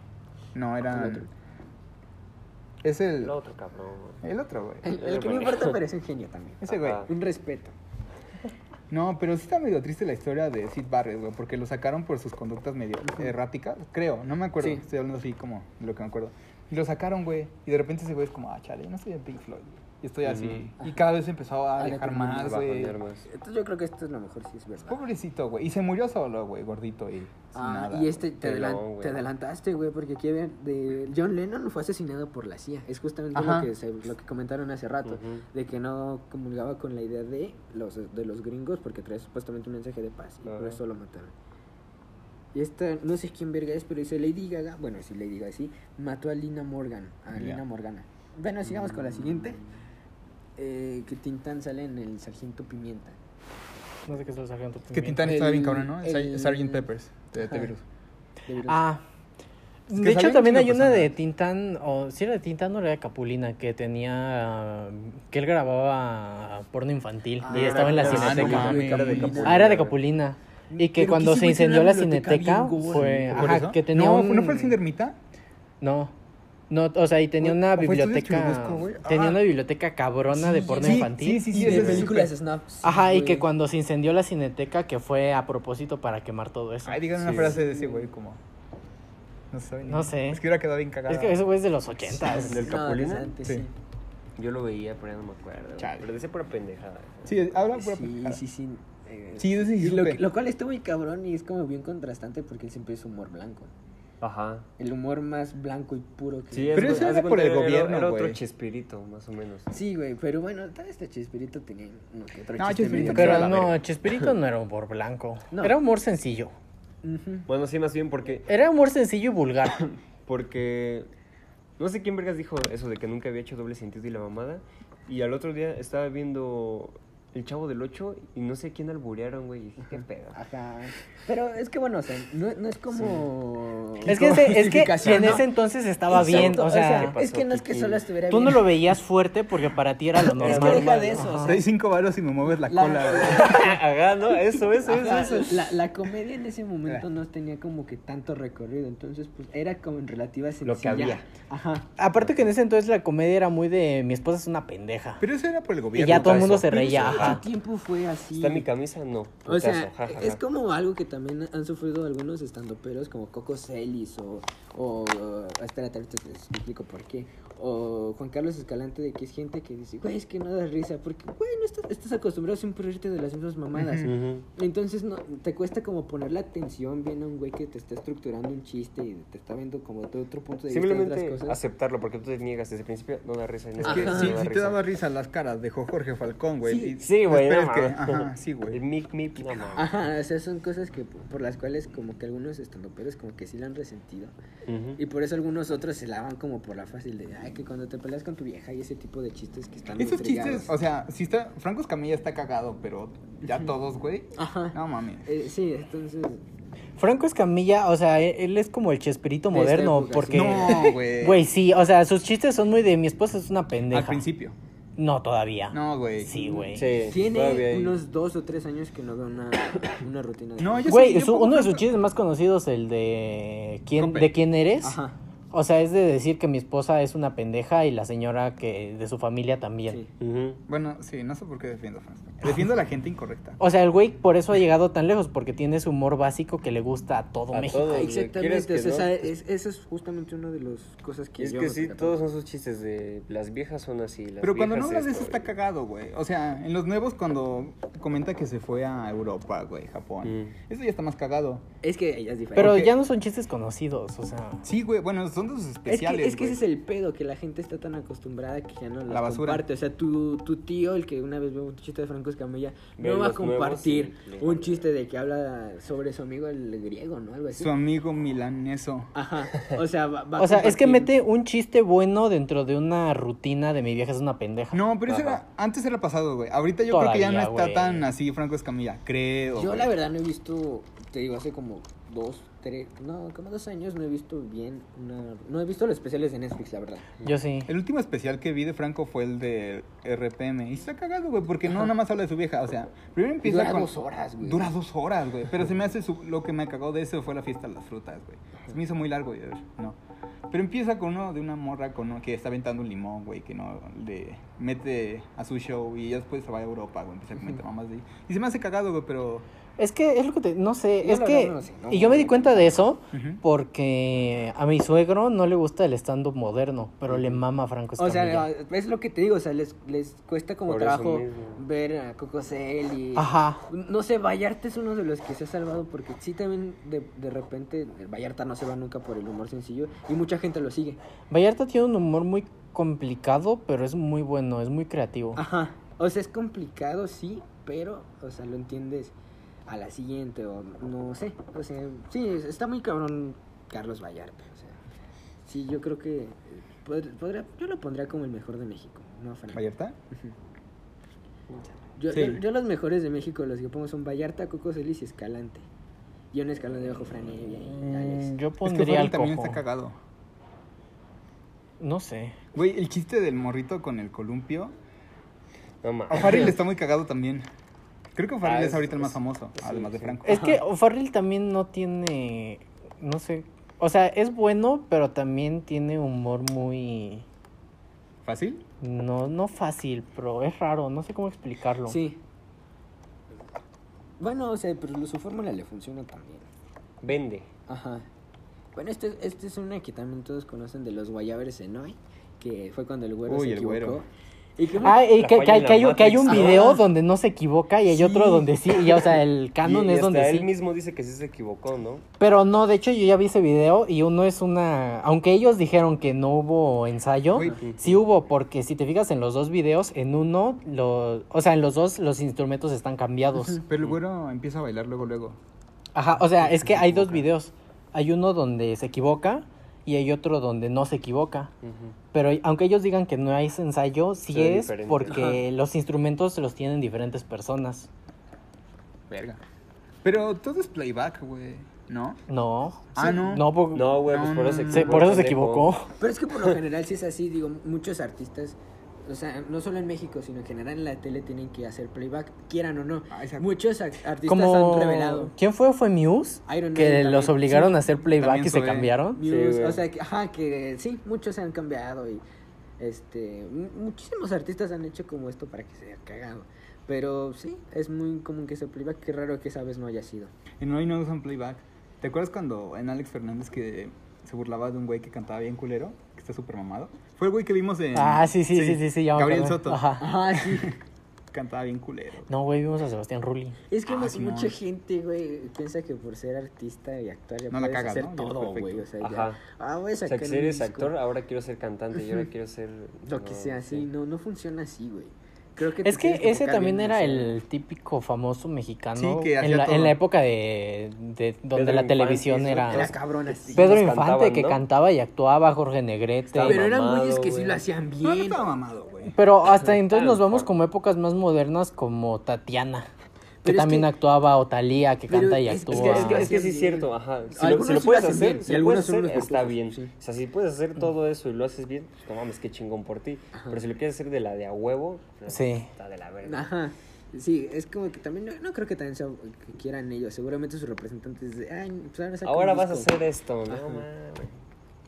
No, era...
El otro.
Es el...
El otro cabrón, Ah, güey.
El otro, güey.
El, el que no importa, pero es un genio también.
Ese güey.
Ajá.
Un respeto.
No, pero sí está medio triste la historia de Sid Barrett, güey, porque lo sacaron por sus conductas medio erráticas, creo, no me acuerdo,
Sí.
estoy hablando así como de lo que me acuerdo. Y lo sacaron, güey, y de repente ese güey es como, ah, chale, no estoy en Pink Floyd, güey. y estoy así. Y cada vez se empezó a
Ah,
dejar
dejar
más,
Bajo
güey.
armas.
Entonces yo creo que esto es lo mejor, sí es verdad.
Pobrecito, güey, y se murió solo, güey, gordito y sin
Ah,
nada.
y este te,
Pelón,
adelan- te
güey.
adelantaste, güey, porque aquí había- de John Lennon fue asesinado por la CIA. Es justamente lo
Ajá.
que, se- lo que comentaron hace rato,
Ujú.
de que no comulgaba con la idea de los, de los gringos porque trae supuestamente un mensaje de paz y por
Claro.
eso lo mataron. Y esta, no sé quién verga es, pero dice Lady Gaga, bueno, sí, Lady Gaga, sí, mató a Lina Morgan, a
Ya. Mm.
Lina Morgana. Bueno, sigamos con la siguiente, eh, que Tintán sale en el Sargento Pimienta.
No sé qué es el sargento.
Es que Tintán
El-
estaba bien cabrón, ¿no?
el-
Sgt. Peppers, de
Ajá.
T-Virus.
De verdad.
Ah.
Es que
de hecho,
salió
también
un
hay
chingo
una de
personas.
Tintán, o si era de Tintán o era de Capulina, que tenía. que él grababa porno infantil
Ah,
y estaba en la
ah, no
cineteca.
mames.
Era de Capulina.
Ah, era de Capulina. Y que
Pero
cuando
que ese
se
güey
incendió
tenía
la
una biblioteca
cineteca,
bien gorda.
fue.
¿Por
Ajá,
eso?
que tenía.
no,
un-
¿No fue el Cindermita?
No. No, o sea, y tenía
¿O-
una
o fue Estudio
biblioteca.
Churubusco, güey?
Tenía
Ah.
una biblioteca cabrona de porno
sí,
infantil.
sí, sí, sí,
y de
ese es
películas
súper-
Snaps.
Ajá, y
güey.
que cuando se incendió la cineteca, que fue a propósito para quemar todo eso.
Ay, díganme una
Sí.
frase de ese güey como... No sé.
No sé.
Es que hubiera quedado bien cagada.
es que eso güey es de los ochentas.
¿Del
No,
Capulina?
desde antes,
Sí. Ah,
sí.
Yo lo veía, pero ya no me acuerdo. güey.
Chale.
Pero decía pura pendejada.
Sí, habla pura
Sí,
pendejada.
sí, sí. eh,
Sí, yo sí
y lo,
supe.
lo cual está muy cabrón y es como bien contrastante porque él siempre es humor blanco.
Ajá.
El humor más blanco y puro que...
Sí,
Pero
es-
eso
haz
era
de
por el
cuenta,
gobierno,
Era
güey.
otro chespirito, más o menos.
Sí, güey, pero bueno, tal vez este Chespirito tenía uno que otro
No,
chiste
Chespirito
medio-
era
Pero
la
no,
verga.
Chespirito no era humor blanco.
No.
Era humor sencillo.
Ujú.
Bueno, sí, más bien porque.
Era humor sencillo y vulgar.
Porque. No sé quién vergas dijo eso de que nunca había hecho doble sentido y la mamada. Y al otro día estaba viendo El Chavo del 8 y no sé a quién alburearon, güey. Y dije, qué pedo.
Ajá. Pero es que bueno, o sea, no, no es como...
es que, ese- es que
justificación,
en
¿no?
ese entonces estaba
Exacto,
bien. O sea,
¿Qué
es que no es que
Kiki?
solo estuviera
tú no
bien.
lo veías fuerte porque para ti era lo
Es
normal.
que deja de eso, o
Te
sea,
doy cinco varos y me mueves la,
La-
cola, güey.
Ajá, no, eso, eso, eso.
Ajá,
eso.
La, la comedia en ese momento no tenía como que tanto recorrido, entonces pues era como en relativa sencilla.
Lo que había.
Ajá.
Aparte que en ese entonces la comedia era muy de mi esposa es una pendeja.
Pero eso era por el gobierno.
Y ya todo el mundo
eso.
se reía.
Su
Ajá.
tiempo fue así.
¿Está mi camisa? No.
o
putazo,
sea,
ja, ja,
es
ja.
como algo que también han sufrido algunos estandoperos como Coco Celis o, o espera, te te explico por qué. O Juan Carlos Escalante de que es gente que dice, güey, es que no da risa, porque güey, no estás, estás acostumbrado siempre a irte de las mismas mamadas.
Ujú.
Entonces no, te cuesta como poner la atención bien a un güey que te está estructurando un chiste y te está viendo como de otro punto de vista de otras
Simplemente
cosas.
aceptarlo, porque tú te niegas desde el principio, no da risa. no
Es
da
que
risa,
sí,
no da
sí te
risa.
daba risa las caras de Jo- Jorge Falcón, güey.
Sí,
Y-
Sí, güey,
Pero
no
es que,
mames.
ajá, sí,
El
güey.
mic, mic, no mames.
Ajá, o sea, son cosas que por las cuales como que algunos estandoperos como que sí la han resentido.
Ujú.
Y por eso algunos otros se lavan como por la fácil de, ay, que cuando te peleas con tu vieja y ese tipo de chistes que están
Esos
entregados".
chistes, o sea, sí está. Franco Escamilla está cagado, pero ya todos, güey.
Ajá.
No mames.
Eh, sí, entonces...
Franco Escamilla, o sea, e-, él, él es como el chespirito
De esta
moderno
época, sí.
porque...
No, güey.
Güey, sí, o sea, sus chistes son muy de mi esposa es una pendeja.
Al principio.
No, todavía.
No, güey.
Sí, güey.
Sí, todavía
Tiene
hay-
unos dos o tres años que no veo una, una rutina. de-
No, yo sí,
Güey,
yo
su-
pongo
uno de sus
Franco-
chistes más conocidos, el de quién,
Cope.
de quién eres.
Ajá.
O sea, es de decir que mi esposa es una pendeja y la señora que de su familia también.
Sí.
Ujú.
Bueno, sí, no sé por qué defiendo a Franco. Defiendo a la gente incorrecta.
O sea, el güey por eso ha llegado tan lejos, porque tiene ese humor básico que le gusta a todo
A
México.
todos, güey. ¿Quieres
Exactamente,
que
o sea,
no?
esa es, esa es justamente una de las cosas que
Es
yo
que
me
sí,
percaté.
todos son sus chistes de las viejas son así. Las
Pero cuando no
viejas
eh.
hablas de eso
esto,
está
güey.
cagado, güey. O sea, en los nuevos cuando comenta que se fue a Europa, güey, Japón.
Mm.
Eso ya está más cagado.
Es que ahí ya es diferente.
Pero
Ok.
ya no son chistes conocidos, o sea.
Sí, güey, bueno, son de sus
Es que,
especiales.
es que ese
güey.
es el pedo, que la gente está tan acostumbrada que ya no los
La basura.
comparte. O sea, tu, tu tío, el que una vez vio un chiste de Franco Escamilla,
Ve
no va a
los nuevos
compartir
y le-
un chiste de que habla sobre su amigo el griego, ¿no? Algo así.
Su amigo milaneso.
Ajá. O sea, va, va a
O sea, es que
compartir.
mete un chiste bueno dentro de una rutina de mi vieja es una pendeja.
No, pero eso
Ajá.
era, antes era pasado, güey. Ahorita yo creo que ya no
Todavía,
está
güey.
tan así Franco Escamilla, creo.
Yo
güey.
la verdad no he visto, te digo, hace como dos, tres, no, como dos años no he visto bien, una- no he visto los especiales de Netflix, la verdad.
Yo sí.
El último especial que vi de Franco fue el de RPM. Y está cagado, güey, porque no nada más habla de su vieja. O sea, primero empieza
Dura
con...
dos horas, güey.
Dura dos horas, güey. Pero se me hace... su- Lo que me cagó de eso fue la fiesta de las frutas, güey. Se me hizo muy largo, yo, no. Pero empieza con uno de una morra con uno que está aventando un limón, güey, que no le mete a su show y ya después se va a Europa, güey, empieza a comentar mamás de ahí. Y se me hace cagado, güey, pero...
Es que es lo que te. No sé,
Yo
es
la
que.
verdad no sé, no,
y yo me di
no.
cuenta de eso
Ujú.
porque a mi suegro no le gusta el stand-up moderno, pero le mama a Franco
O sea,
Escamilla.
es lo que te digo, o sea, les, les cuesta como
Por eso
trabajo
mismo.
ver a Coco Cel y...
Ajá.
No sé, Vallarta es uno de los que se ha salvado porque sí también de, de repente el Vallarta no se va nunca por el humor sencillo y mucha gente lo sigue.
Vallarta tiene un humor muy complicado, pero es muy bueno, es muy creativo.
Ajá. O sea, es complicado, sí, pero, o sea, lo entiendes a la siguiente o no sé. O sea, sí, es- está muy cabrón Carlos Vallarta. O sea, sí, yo creo que eh, pod- podría, yo lo pondría como el mejor de México, ¿no, Fran?
¿Vallarta?
Yo,
Sí.
yo, yo los mejores de México, los que pongo son Vallarta, Coco Celis y Escalante. Y un escalón debajo Fran Evia y
Mm,
Alex.
Yo
Es que
pondría
Fran
al
también
cojo.
está cagado.
No sé.
Güey, el chiste del morrito con el columpio...
No mames.
A Farrell está muy cagado también. Creo que Farrell
Ah,
es,
es-
ahorita el más
es-
famoso,
sí,
además de
sí.
Franco.
Es que O'Farrell también no tiene. No sé. O sea, es bueno, pero también tiene humor muy.
¿Fácil?
No, no fácil, pero es raro, no sé cómo explicarlo.
Sí. Bueno, o sea, pero su fórmula le funciona también.
Vende.
Ajá. Bueno, esta este es una que también todos conocen de los guayabers en hoy, que fue cuando el güero
Uy,
se
el
equivocó.
güero.
Y que
Ah, y
La
que,
falla
que hay,
en
que
la
hay un- que hay un
Matrix.
video
Ah.
donde no se equivoca y hay otro
Sí.
donde sí. Y ya, o sea, el canon
Y- y
es donde
hasta
sí.
él mismo dice que sí se equivocó, ¿no?
Pero no, de hecho yo ya vi ese video y uno es una... Aunque ellos dijeron que no hubo ensayo,
Güey.
sí hubo, porque si te fijas en los dos videos, en uno, lo- o sea, en los dos los instrumentos están cambiados.
Pero el güero empieza a bailar luego, luego.
Ajá, o sea, es que hay dos videos. Hay uno donde se equivoca y hay otro donde no se equivoca.
Ujú.
Pero aunque ellos digan que no hay ese ensayo, sí
Se ve
es
diferente.
porque los instrumentos los tienen diferentes personas.
Verga. Pero todo es playback, güey. ¿No?
No.
Ah, no.
No, por,
No, güey, pues
No,
por
no,
eso se
no.
se-
equivocó.
por eso se
pendejo.
equivocó.
Pero es que por lo general sí es así, digo, muchos artistas, o sea, no solo en México, sino en general en la tele tienen que hacer playback, quieran o no.
Ah, exacto.
Muchos ac- artistas
Como...
han revelado.
¿Quién fue? ¿Fue Muse?
Iron
que
Maiden
los
también.
obligaron
Sí.
a hacer playback
También
y se
Zoé.
cambió.
Muse,
güey.
o sea, que, ajá, que sí, muchos se han cambiado y este, mu- muchísimos artistas han hecho como esto para que se haya cagado. Pero sí, es muy común que sea playback, qué raro que esa vez no haya sido.
En hoy no usan playback. ¿Te acuerdas cuando en Alex Fernández que se burlaba de un güey que cantaba bien culero? Que está súper mamado. Fue el güey que vimos en...
Ah, sí, sí, sí, sí, sí, ya me
Gabriel
acordé.
Soto.
Ajá.
Ajá, sí.
Cantaba bien culero.
No, güey, vimos a Sebastián Rulli.
Es que
Ah,
mu-
Simón.
mucha gente, güey, piensa que por ser artista y actuar ya
No la
puedes
cagas,
hacer
¿no? Ya
todo,
perfecto.
güey. O sea,
Ajá.
ya. Ah, voy a
O sea,
sacar
que
un
si eres
disco,
actor, ahora quiero ser cantante y ahora quiero ser...
Lo que sea, sí, no, no funciona así, güey. Creo que te
Es que
tienes
ese
enfocar
también
bien,
era
o sea,
el típico famoso mexicano
Sí, que hacía
en, la,
todo.
en la época de, de- donde
Pedro
la
Infante,
televisión
sí,
era...
Era cabrón así.
Pedro
nos
Infante
cantaban,
que
¿no?
cantaba y actuaba, Jorge Negrete.
Estaba
Pero
Pero,
eran
mamado,
güeyes que sí
güey.
lo hacían
No, no
bien.
estaba mamado, güey.
hasta entonces nos
Claro,
vamos
por-
como épocas más modernas como Tatiana, que
Pero es
también
que-
actuaba, o Thalía, que
pero
canta y
es- es
actúa.
Es que, es que- es que sí
Hacían
es cierto,
bien.
ajá. Si lo,
Algunos
si lo
sí lo
puedes
hacen
hacer,
bien,
si
y
lo puedes
algunos son
hacer,
unos
está
pocos,
bien.
sí.
O sea, si puedes hacer todo eso y lo haces bien, pues no mames, qué chingón por ti. Pero si lo quieres hacer de la de a huevo, pues,
Sí.
está de la verga.
Ajá. Sí, es como que también, no, no creo que también sea, que quieran ellos, seguramente sus representantes de, ay, pues ahora, saca un
Ahora vas a
disco".
hacer esto, no
Ajá.
mames.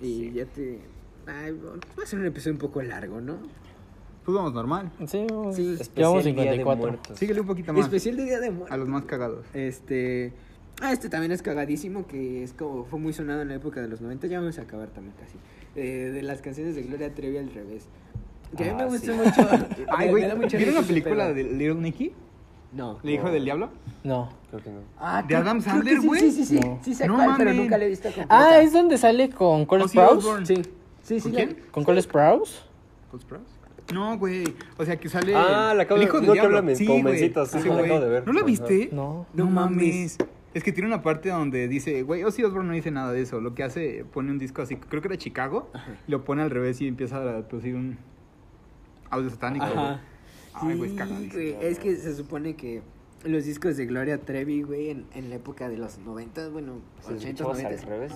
Y ya te, ay, pues va a ser un episodio un poco largo, ¿no?
Pues vamos normal.
Sí,
Sí.
llevamos
Especial Día de
54.
Muertos.
Síguele un poquito más.
Especial de Día de Muertos.
A los más cagados.
Este. Ah, este también es cagadísimo, que es como fue muy sonado en la época de los 90, ya vamos a acabar también casi. Eh, de las canciones de Gloria Trevi al revés. Que a mí
Ah,
me
sí.
gusta mucho.
Ay,
me-
güey,
me da mucha risa
¿vieron la
ese
película
pedo.
de Little Nicky?
No.
¿Le dijo del diablo?
No.
Creo que no.
Ah,
Oh. ¿De
creo-
Adam
creo que
Sandler,
sí,
güey?
Sí, sí, sí,
No.
sí, sé
No
cuál, pero
mames.
nunca la he visto completa.
Ah, es donde sale con Cole
Ozzy Osbourne.
Sprouse.
Sí, sí, sí.
¿Con
la-
quién?
¿Con Cole Sprouse?
No, güey. O sea, que sale.
Ah, la acabo
el
de-
hijo del
no, que
diablo.
habla
Sí,
con
güey.
mencitos, sí,
Ajá,
la acabo
güey.
de ver.
¿No la viste?
No.
No
No
mames. Es que tiene una parte donde dice, güey, Ozzy Osbourne no dice nada de eso. Lo que hace, pone un disco así, creo que era Chicago, y lo pone al revés y empieza a producir un audio satánico. güey.
Ajá.
Ay, güey, es
Sí,
cagadísimo.
güey, Es que se supone que los discos de Gloria Trevi, güey, en, en la época de los 90, bueno,
Se
80,
escuchaba al
90,
revés.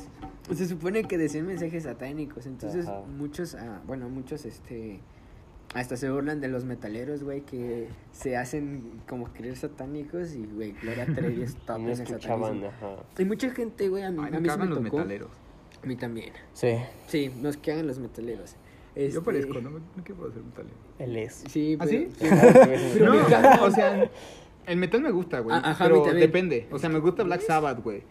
se supone que decían mensajes satánicos. Entonces,
Ajá.
muchos, ah, bueno, muchos, este. Hasta se burlan de los metaleros, güey, que se hacen como creer satánicos y, güey, Gloria Trevi es
No
top en el
escuchaban,
satanismo.
ajá.
Y mucha gente, güey, a mí,
Ay,
a
me
mí sí me
cagan los
tocó.
metaleros.
A mí también.
Sí,
Sí, nos cagan los metaleros. Este,
Yo parezco, no, no quiero ser metalero.
él es.
Sí,
¿Ah,
pero,
sí?
Pero
No,
me
o sea, el metal me gusta, güey.
Ah, ajá, a mí
pero
también.
depende. O sea, me gusta Black Sabbath, güey.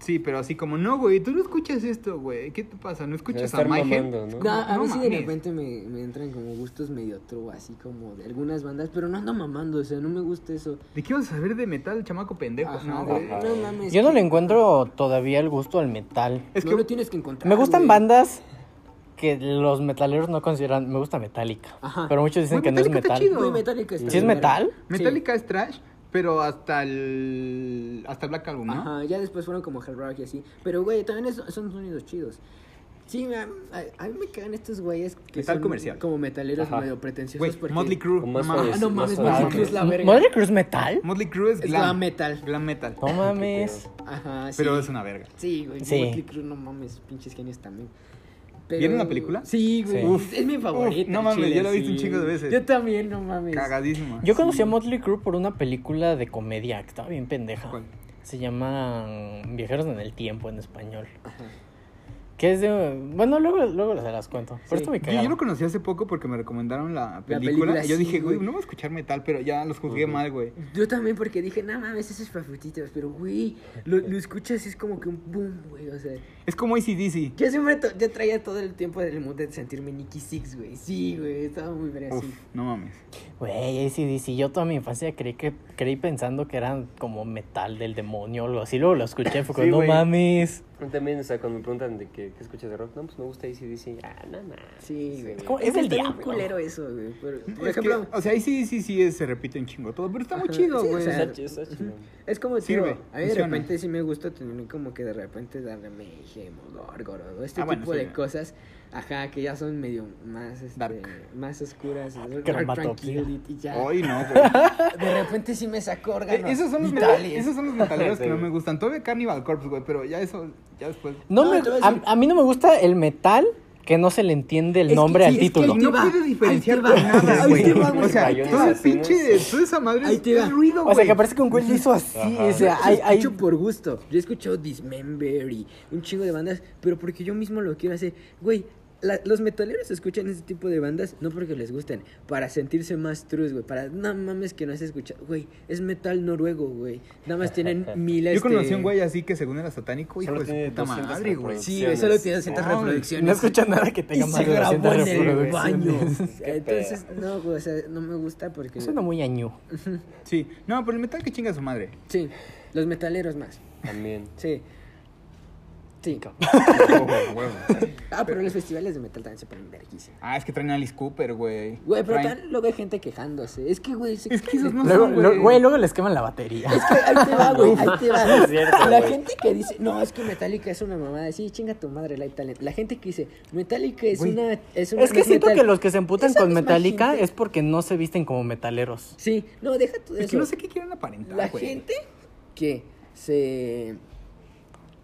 Sí, pero así como, no, güey, tú no escuchas esto, güey. ¿Qué te pasa? ¿No escuchas a
Estar
¿eh?
Mayhem?
mamando, ¿no?
No, a
No
mí sí de
mames.
repente me, me entran como gustos medio true, así como de algunas bandas, pero no ando mamando, o sea, no me gusta eso.
¿De qué vas a saber de metal, chamaco pendejo?
Ajá,
Eh, no,
güey,
güey.
Ajá.
no mames.
Yo no
que-
le encuentro todavía el gusto al metal.
Es
no
que
lo tienes que encontrar.
Me gustan
Ah, güey.
bandas que los metaleros no consideran. Me gusta Metallica.
Ajá.
Pero muchos dicen
Güey,
que no es
Metallica está
metal.
chido.
Güey, Metallica está
¿Sí es
bien
metal?
verga.
Metallica es trash, pero hasta el. Hasta Black Album,
Sí.
¿no?
Ajá, ya después fueron como Hellrock y así. Pero, güey, también es- son sonidos chidos. Sí, me- a, a mí me cagan estos güeyes que
Metal
son
comercial.
como metaleros
Ajá.
medio pretenciosos.
Güey,
porque...
Motley Crue.
Con
No
más
mames.
Ah, no mames,
Más
Motley Crue es la verga.
¿Motley Crue es metal?
Motley Crue es
Es
glam.
glam metal.
Glam metal.
No mames.
Ajá, sí.
Pero es una verga.
Sí, güey.
Sí.
Motley Crue, no mames, pinches genios también. Pero-
¿Vieron la película?
Sí, güey.
Sí.
Uf.
es mi favorita.
Uf, no mames,
chile,
yo la he visto
sí.
un chingo de veces.
Yo también, no mames.
Cagadísima.
Yo conocí a Motley Crue por una película de comedia que estaba bien pendeja.
¿Cuál?
Se llama mm, Viajeros en el Tiempo en español. Que es de. Bueno, luego, luego se las cuento. Por esto me
Yo, yo
cagaron.
lo conocí hace poco porque me recomendaron la película.
película,
y yo
sí,
dije, güey,
güey.
no voy a escuchar metal, pero ya los juzgué mal, güey.
Yo también porque dije, no mames, esos pafutitos, pero güey, lo, lo escuchas y es como que un boom, güey, o sea.
Es como ACDC.
Yo siempre to- yo traía todo el tiempo del mundo de sentirme Nicky Six, güey. Sí, güey, estaba muy verga así.
Uf, no mames.
Güey, ACDC, yo toda mi infancia creí que creí pensando que eran como metal del demonio o algo así. Luego lo escuché, fue como,
Sí,
no
güey.
mames.
También, o sea, cuando me preguntan de qué, qué escuchas de rock, no, pues me gusta ACDC. Ah, nada más.
Sí, güey.
como- es
que
del
está bien
diablo.
culero eso, güey. pero, Por
Es que,
ejemplo,
o sea, ACDC sí es- se repite un chingo todo, pero está muy
Ajá,
chido,
sí, o
güey.
sea,
Está chido, está chido.
Es como
Sirve,
sirve. A mí de
funciona.
repente sí me gusta tener como que de repente darle Mayhem, o Gorgoroth, o este
Ah, bueno,
tipo
sí,
de
ya.
cosas, ajá, que ya son medio más, este,
Dark. Ah,
más oscuras, dark
Cromatopsia.
tranquility, ya.
Ay, no, güey.
De repente sí me saco
Eh,
órganos.
esos, son los metal-
vitales.
esos son los metaleros que no me gustan. Todavía Carnival Corpse, güey, pero ya eso, ya después.
No
No,
me,
te voy a
a,
decir-
a mí no me gusta el metal que no se le entiende el
Es que
nombre
sí,
al
es que
título.
ahí
No
te va,
puedes
ahí
diferenciar
te
con
va,
nada,
ahí
güey.
te va, güey.
O sea,
Rayones
todo el
asesinos.
pinche, toda esa madre
Ahí
es,
te va.
es ruido, güey.
o sea, que parece que un güey le hizo así.
Ajá.
O sea, hay,
Hay,
hay-
Escucho por gusto. Yo escucho Dismember y un chingo de bandas, pero porque yo mismo lo quiero hacer. Güey, la- los metaleros escuchan ese tipo de bandas no porque les gusten, para sentirse más trues, güey. Para, no mames que no has escuchado. Güey, es metal noruego, güey. Nada más tienen este, miles
Yo conocí
de...
a un güey así que según era satánico, hijo
Solo
de
tiene
su puta
200
madre, güey.
reproducciones.
Sí, güey, solo tiene 200
Ay,
reproducciones.
no escucha nada que tenga
y
más
se
de 200
grabó en el
reproducciones.
baño.
Qué
Entonces, no, güey, o sea, no me gusta porque...
Suena muy añú.
Sí, no, pero el metal que chinga a su madre.
Sí, los metaleros más.
También.
Sí. Sí. Ah, pero los festivales de metal también se ponen verguísima.
Ah, es que traen a Alice Cooper, güey.
Güey, pero
Traen-
tal, luego hay gente quejándose. Es que, güey, se-
Es que esos no
Luego,
son,
lo-
güey.
güey, luego les queman la batería.
Es que ahí te va, güey, ahí te va.
Es cierto,
la
güey.
gente que dice, no, es que Metallica es una mamada. Sí, chinga tu madre, Light Talent. La gente que dice, Metallica es
Güey.
una. Es, una,
Es que
es
siento
metal".
que los que se emputan
Esa
con
misma
Metallica
gente-
es porque no se visten como metaleros.
Sí, no, deja tú de
Es
eso.
que no sé qué quieren
Ah,
aparentar,
La
güey.
gente que se.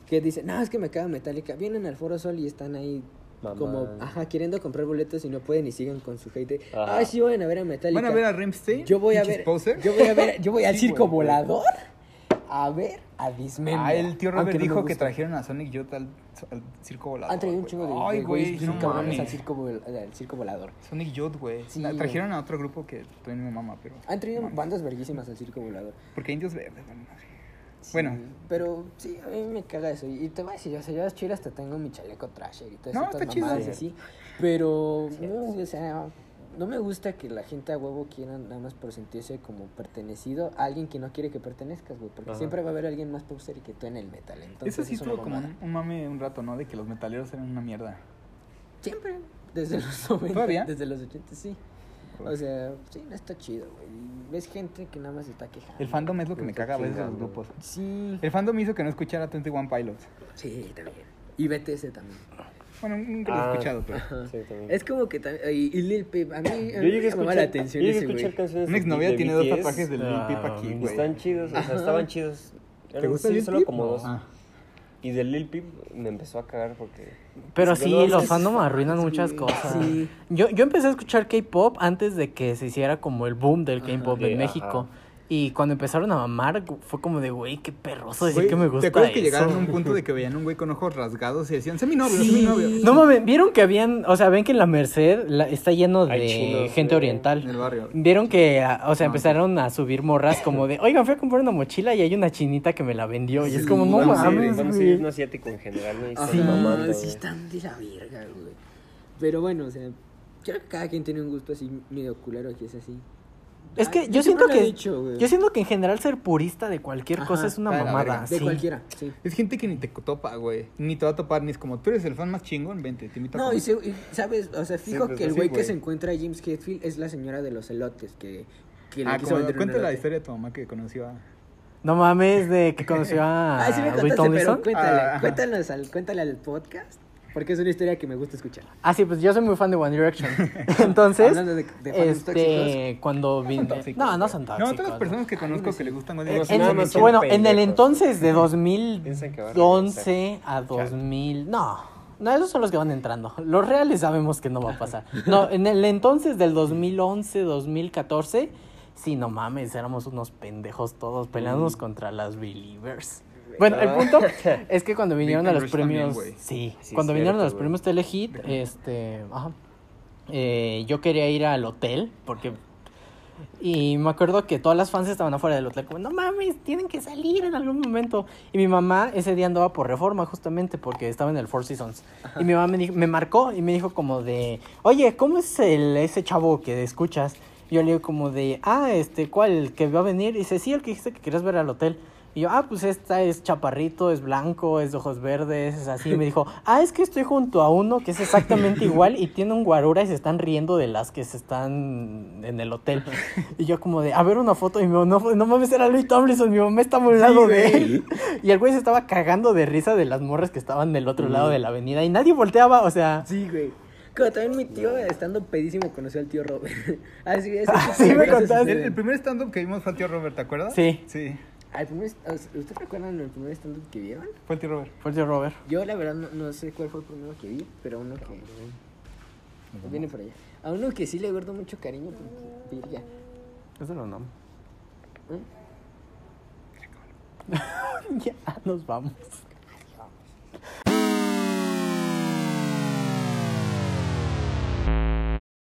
que dice, no, es que me caga Metallica. Vienen al Foro Sol y están ahí.
Mamá.
Como, ajá, queriendo comprar boletos y no pueden y siguen con su hate. de,
Ajá.
Ah, sí, vayan a ver a Metallica.
¿Van a ver a Rammstein?
Yo voy a
Pinches
ver.
poser.
Yo voy a ver. Yo voy al
Sí,
circo
güey.
volador a ver a Dismember.
Ah, el tío Robert
aunque no me
dijo que
gusta.
trajeron a Sonic Youth al, al circo volador.
Han traído un
güey.
chingo de.
Ay,
de
güey,
güeyes
no
bien cabrones
mames.
al circo, vol- al circo volador.
Sonic Youth, güey.
Sí,
La-
güey.
trajeron a otro grupo que también me mama, pero.
Han traído
mames.
bandas verguísimas al circo volador.
Porque indios verdes, vale madre.
Sí,
Bueno.
Pero sí, a mí me caga eso. Y te voy a decir, o sea, yo chido hasta tengo mi chaleco trasher y todo
No,
eso.
está chido.
Pero, no, o sea, no me gusta que la gente a huevo quiera nada más por sentirse como pertenecido a alguien que no quiere que pertenezcas, güey. Porque
Ajá.
siempre va a haber alguien más poser y que tú en el metal. Entonces,
Eso sí
es una
estuvo como
mamada.
un, un mame un rato, ¿no? De que los metaleros eran una mierda.
Siempre. Desde los 90.
¿Todavía?
Desde los 80, sí. O sea, sí, no está chido, güey. Y Ves gente que nada más se está quejando.
El fandom
pues
es lo que me
Está
caga a veces de
chingado,
los
güey.
grupos.
Sí.
El fandom hizo que no escuchara 21 Pilots.
Sí, también. Y BTS también.
Bueno, nunca lo he
Ah.
escuchado, pero.
Sí, también.
Es como que también. Y, y Lil Peep. A mí, a mí
Yo llegué a
me llamaba
escuchar,
la atención
yo llegué a
ese, güey.
escuchar canciones
Un
de-
exnovio
de
tiene dos
BTS,
tatuajes del Lil
Ah,
Peep aquí,
no
güey.
Están chidos, o sea, estaban chidos.
¿Te
Eran-
gusta
sí,
Lil
solo
Peep?
como dos.
Ah.
Y del Lil Peep me empezó a cagar porque...
Pero
Sí,
sí,
luego
los
es-
fandom arruinan muchas cosas.
Sí.
Yo, yo empecé a escuchar K-pop antes de que se hiciera como el boom del K-pop
Sí,
en México.
ajá.
Y cuando empezaron a mamar, gu- fue como Pues, de, güey, qué perroso decir
Güey,
que me gusta.
¿Te acuerdas que
eso?"
llegaron a un punto de que veían un güey con ojos rasgados y decían, sé mi novio, sé mi
Sí.
novio?
No mames, vieron que habían, o sea, ven que en la Merced la- está lleno de
Hay chinos,
gente
güey,
oriental.
En el barrio.
Vieron que, a- o sea, empezaron a subir morras como de, oigan, fui a comprar una mochila y hay una chinita que me la vendió. Y es como, no
Vamos a ir-
mames,
Vamos a
güey".
ir un asiático en general, ¿no? Y
Ajá,
están mamando,
Ah, sí
güey.
están de la verga, güey. Pero bueno, o sea, creo que cada quien tiene un gusto así medio culero que es así. Ah,
Es
Ay,
que yo
siempre
siento
lo he
que,
dicho, güey.
yo siento que en general ser purista de cualquier cosa
Ajá,
es una
está de la
mamada.
verga.
de
sí.
cualquiera, sí.
Es gente que ni te topa, güey. Ni te va a topar, ni es como, tú eres el fan más chingón, vente, te invito a
No,
comer".
y, se- y, sabes, o sea, fijo
Siempre es
que el
así,
güey que
güey.
se encuentra a James Hetfield es la señora de los elotes que, que le
Ah,
quiso
como,
vender un
cuenta la
elote.
historia de tu mamá que conoció a...
No mames, de que conoció a
Ah, sí me
Rick
contaste,
Tomlinson.
pero cuéntale,
Ah, ajá.
cuéntanos al, cuéntale al podcast, porque es una historia que me gusta escuchar.
Ah, sí, pues yo soy muy fan de One Direction. Entonces,
Hablando de- de fans
este,
tóxicos.
cuando vine...
Tóxicos,
No, no
güey.
son
No,
tóxicos.
todas las personas que conozco que le gustan... güey,
Ellos
dicen,
nada
Eh, En-
"Ah,
más son
bueno, en el
pendejos.
entonces de
Piensan que van a regresar.
2011 a 2000, no, no, esos son los que van entrando. Los reales sabemos que no va a pasar. No, en el entonces del 2011, 2014, sí, no mames, éramos unos pendejos todos peleándonos contra las believers. Bueno, el
Ah.
punto es que cuando vinieron a
Pink
los
Rush también,
premios,
güey.
sí,
Sí,
cuando
cierto,
vinieron a los
güey.
premios Telehit, este, ajá, eh, yo quería ir al hotel porque y me acuerdo que todas las fans estaban afuera del hotel como, no mames, tienen que salir en algún momento. Y mi mamá ese día andaba por reforma justamente porque estaba en el Four Seasons. Y mi mamá me, dijo- me marcó y me dijo como de, oye, ¿cómo es el, ese chavo que escuchas? Y yo le digo como de, ah, este, ¿cuál? ¿El que va a venir? Y dice, sí, el que dijiste que querías ver al hotel. Y yo, ah, pues esta es chaparrito, es blanco, es de ojos verdes, es así. Y me dijo, ah, es que estoy junto a uno que es exactamente igual y tiene un guarura y se están riendo de las que se están en el hotel. Y yo como de, a ver una foto. Y me dijo, no, no mames, era Luis Tomlinson, mi mamá estaba a un lado de él. Y el güey se estaba cagando de risa de las morras que estaban del otro lado de la avenida y nadie volteaba, o sea...
Sí, güey. Como también mi tío, estando pedísimo, conoció al tío Robert. Así es.
Ah, sí me contaste.
El, el primer stand-up que vimos fue el tío Robert, ¿te acuerdas?
Sí.
Sí,
Al primer, o sea, ¿Ustedes recuerdan el primer stand-up que vieron?
fue el tío Robert.
Fuerte Robert.
Yo la verdad no, no sé cuál fue el primero que vi, pero uno que viene por allá. A uno que sí le guardo mucho cariño, porque, verga.
Eso no, no.
¿Eh?
ya nos vamos.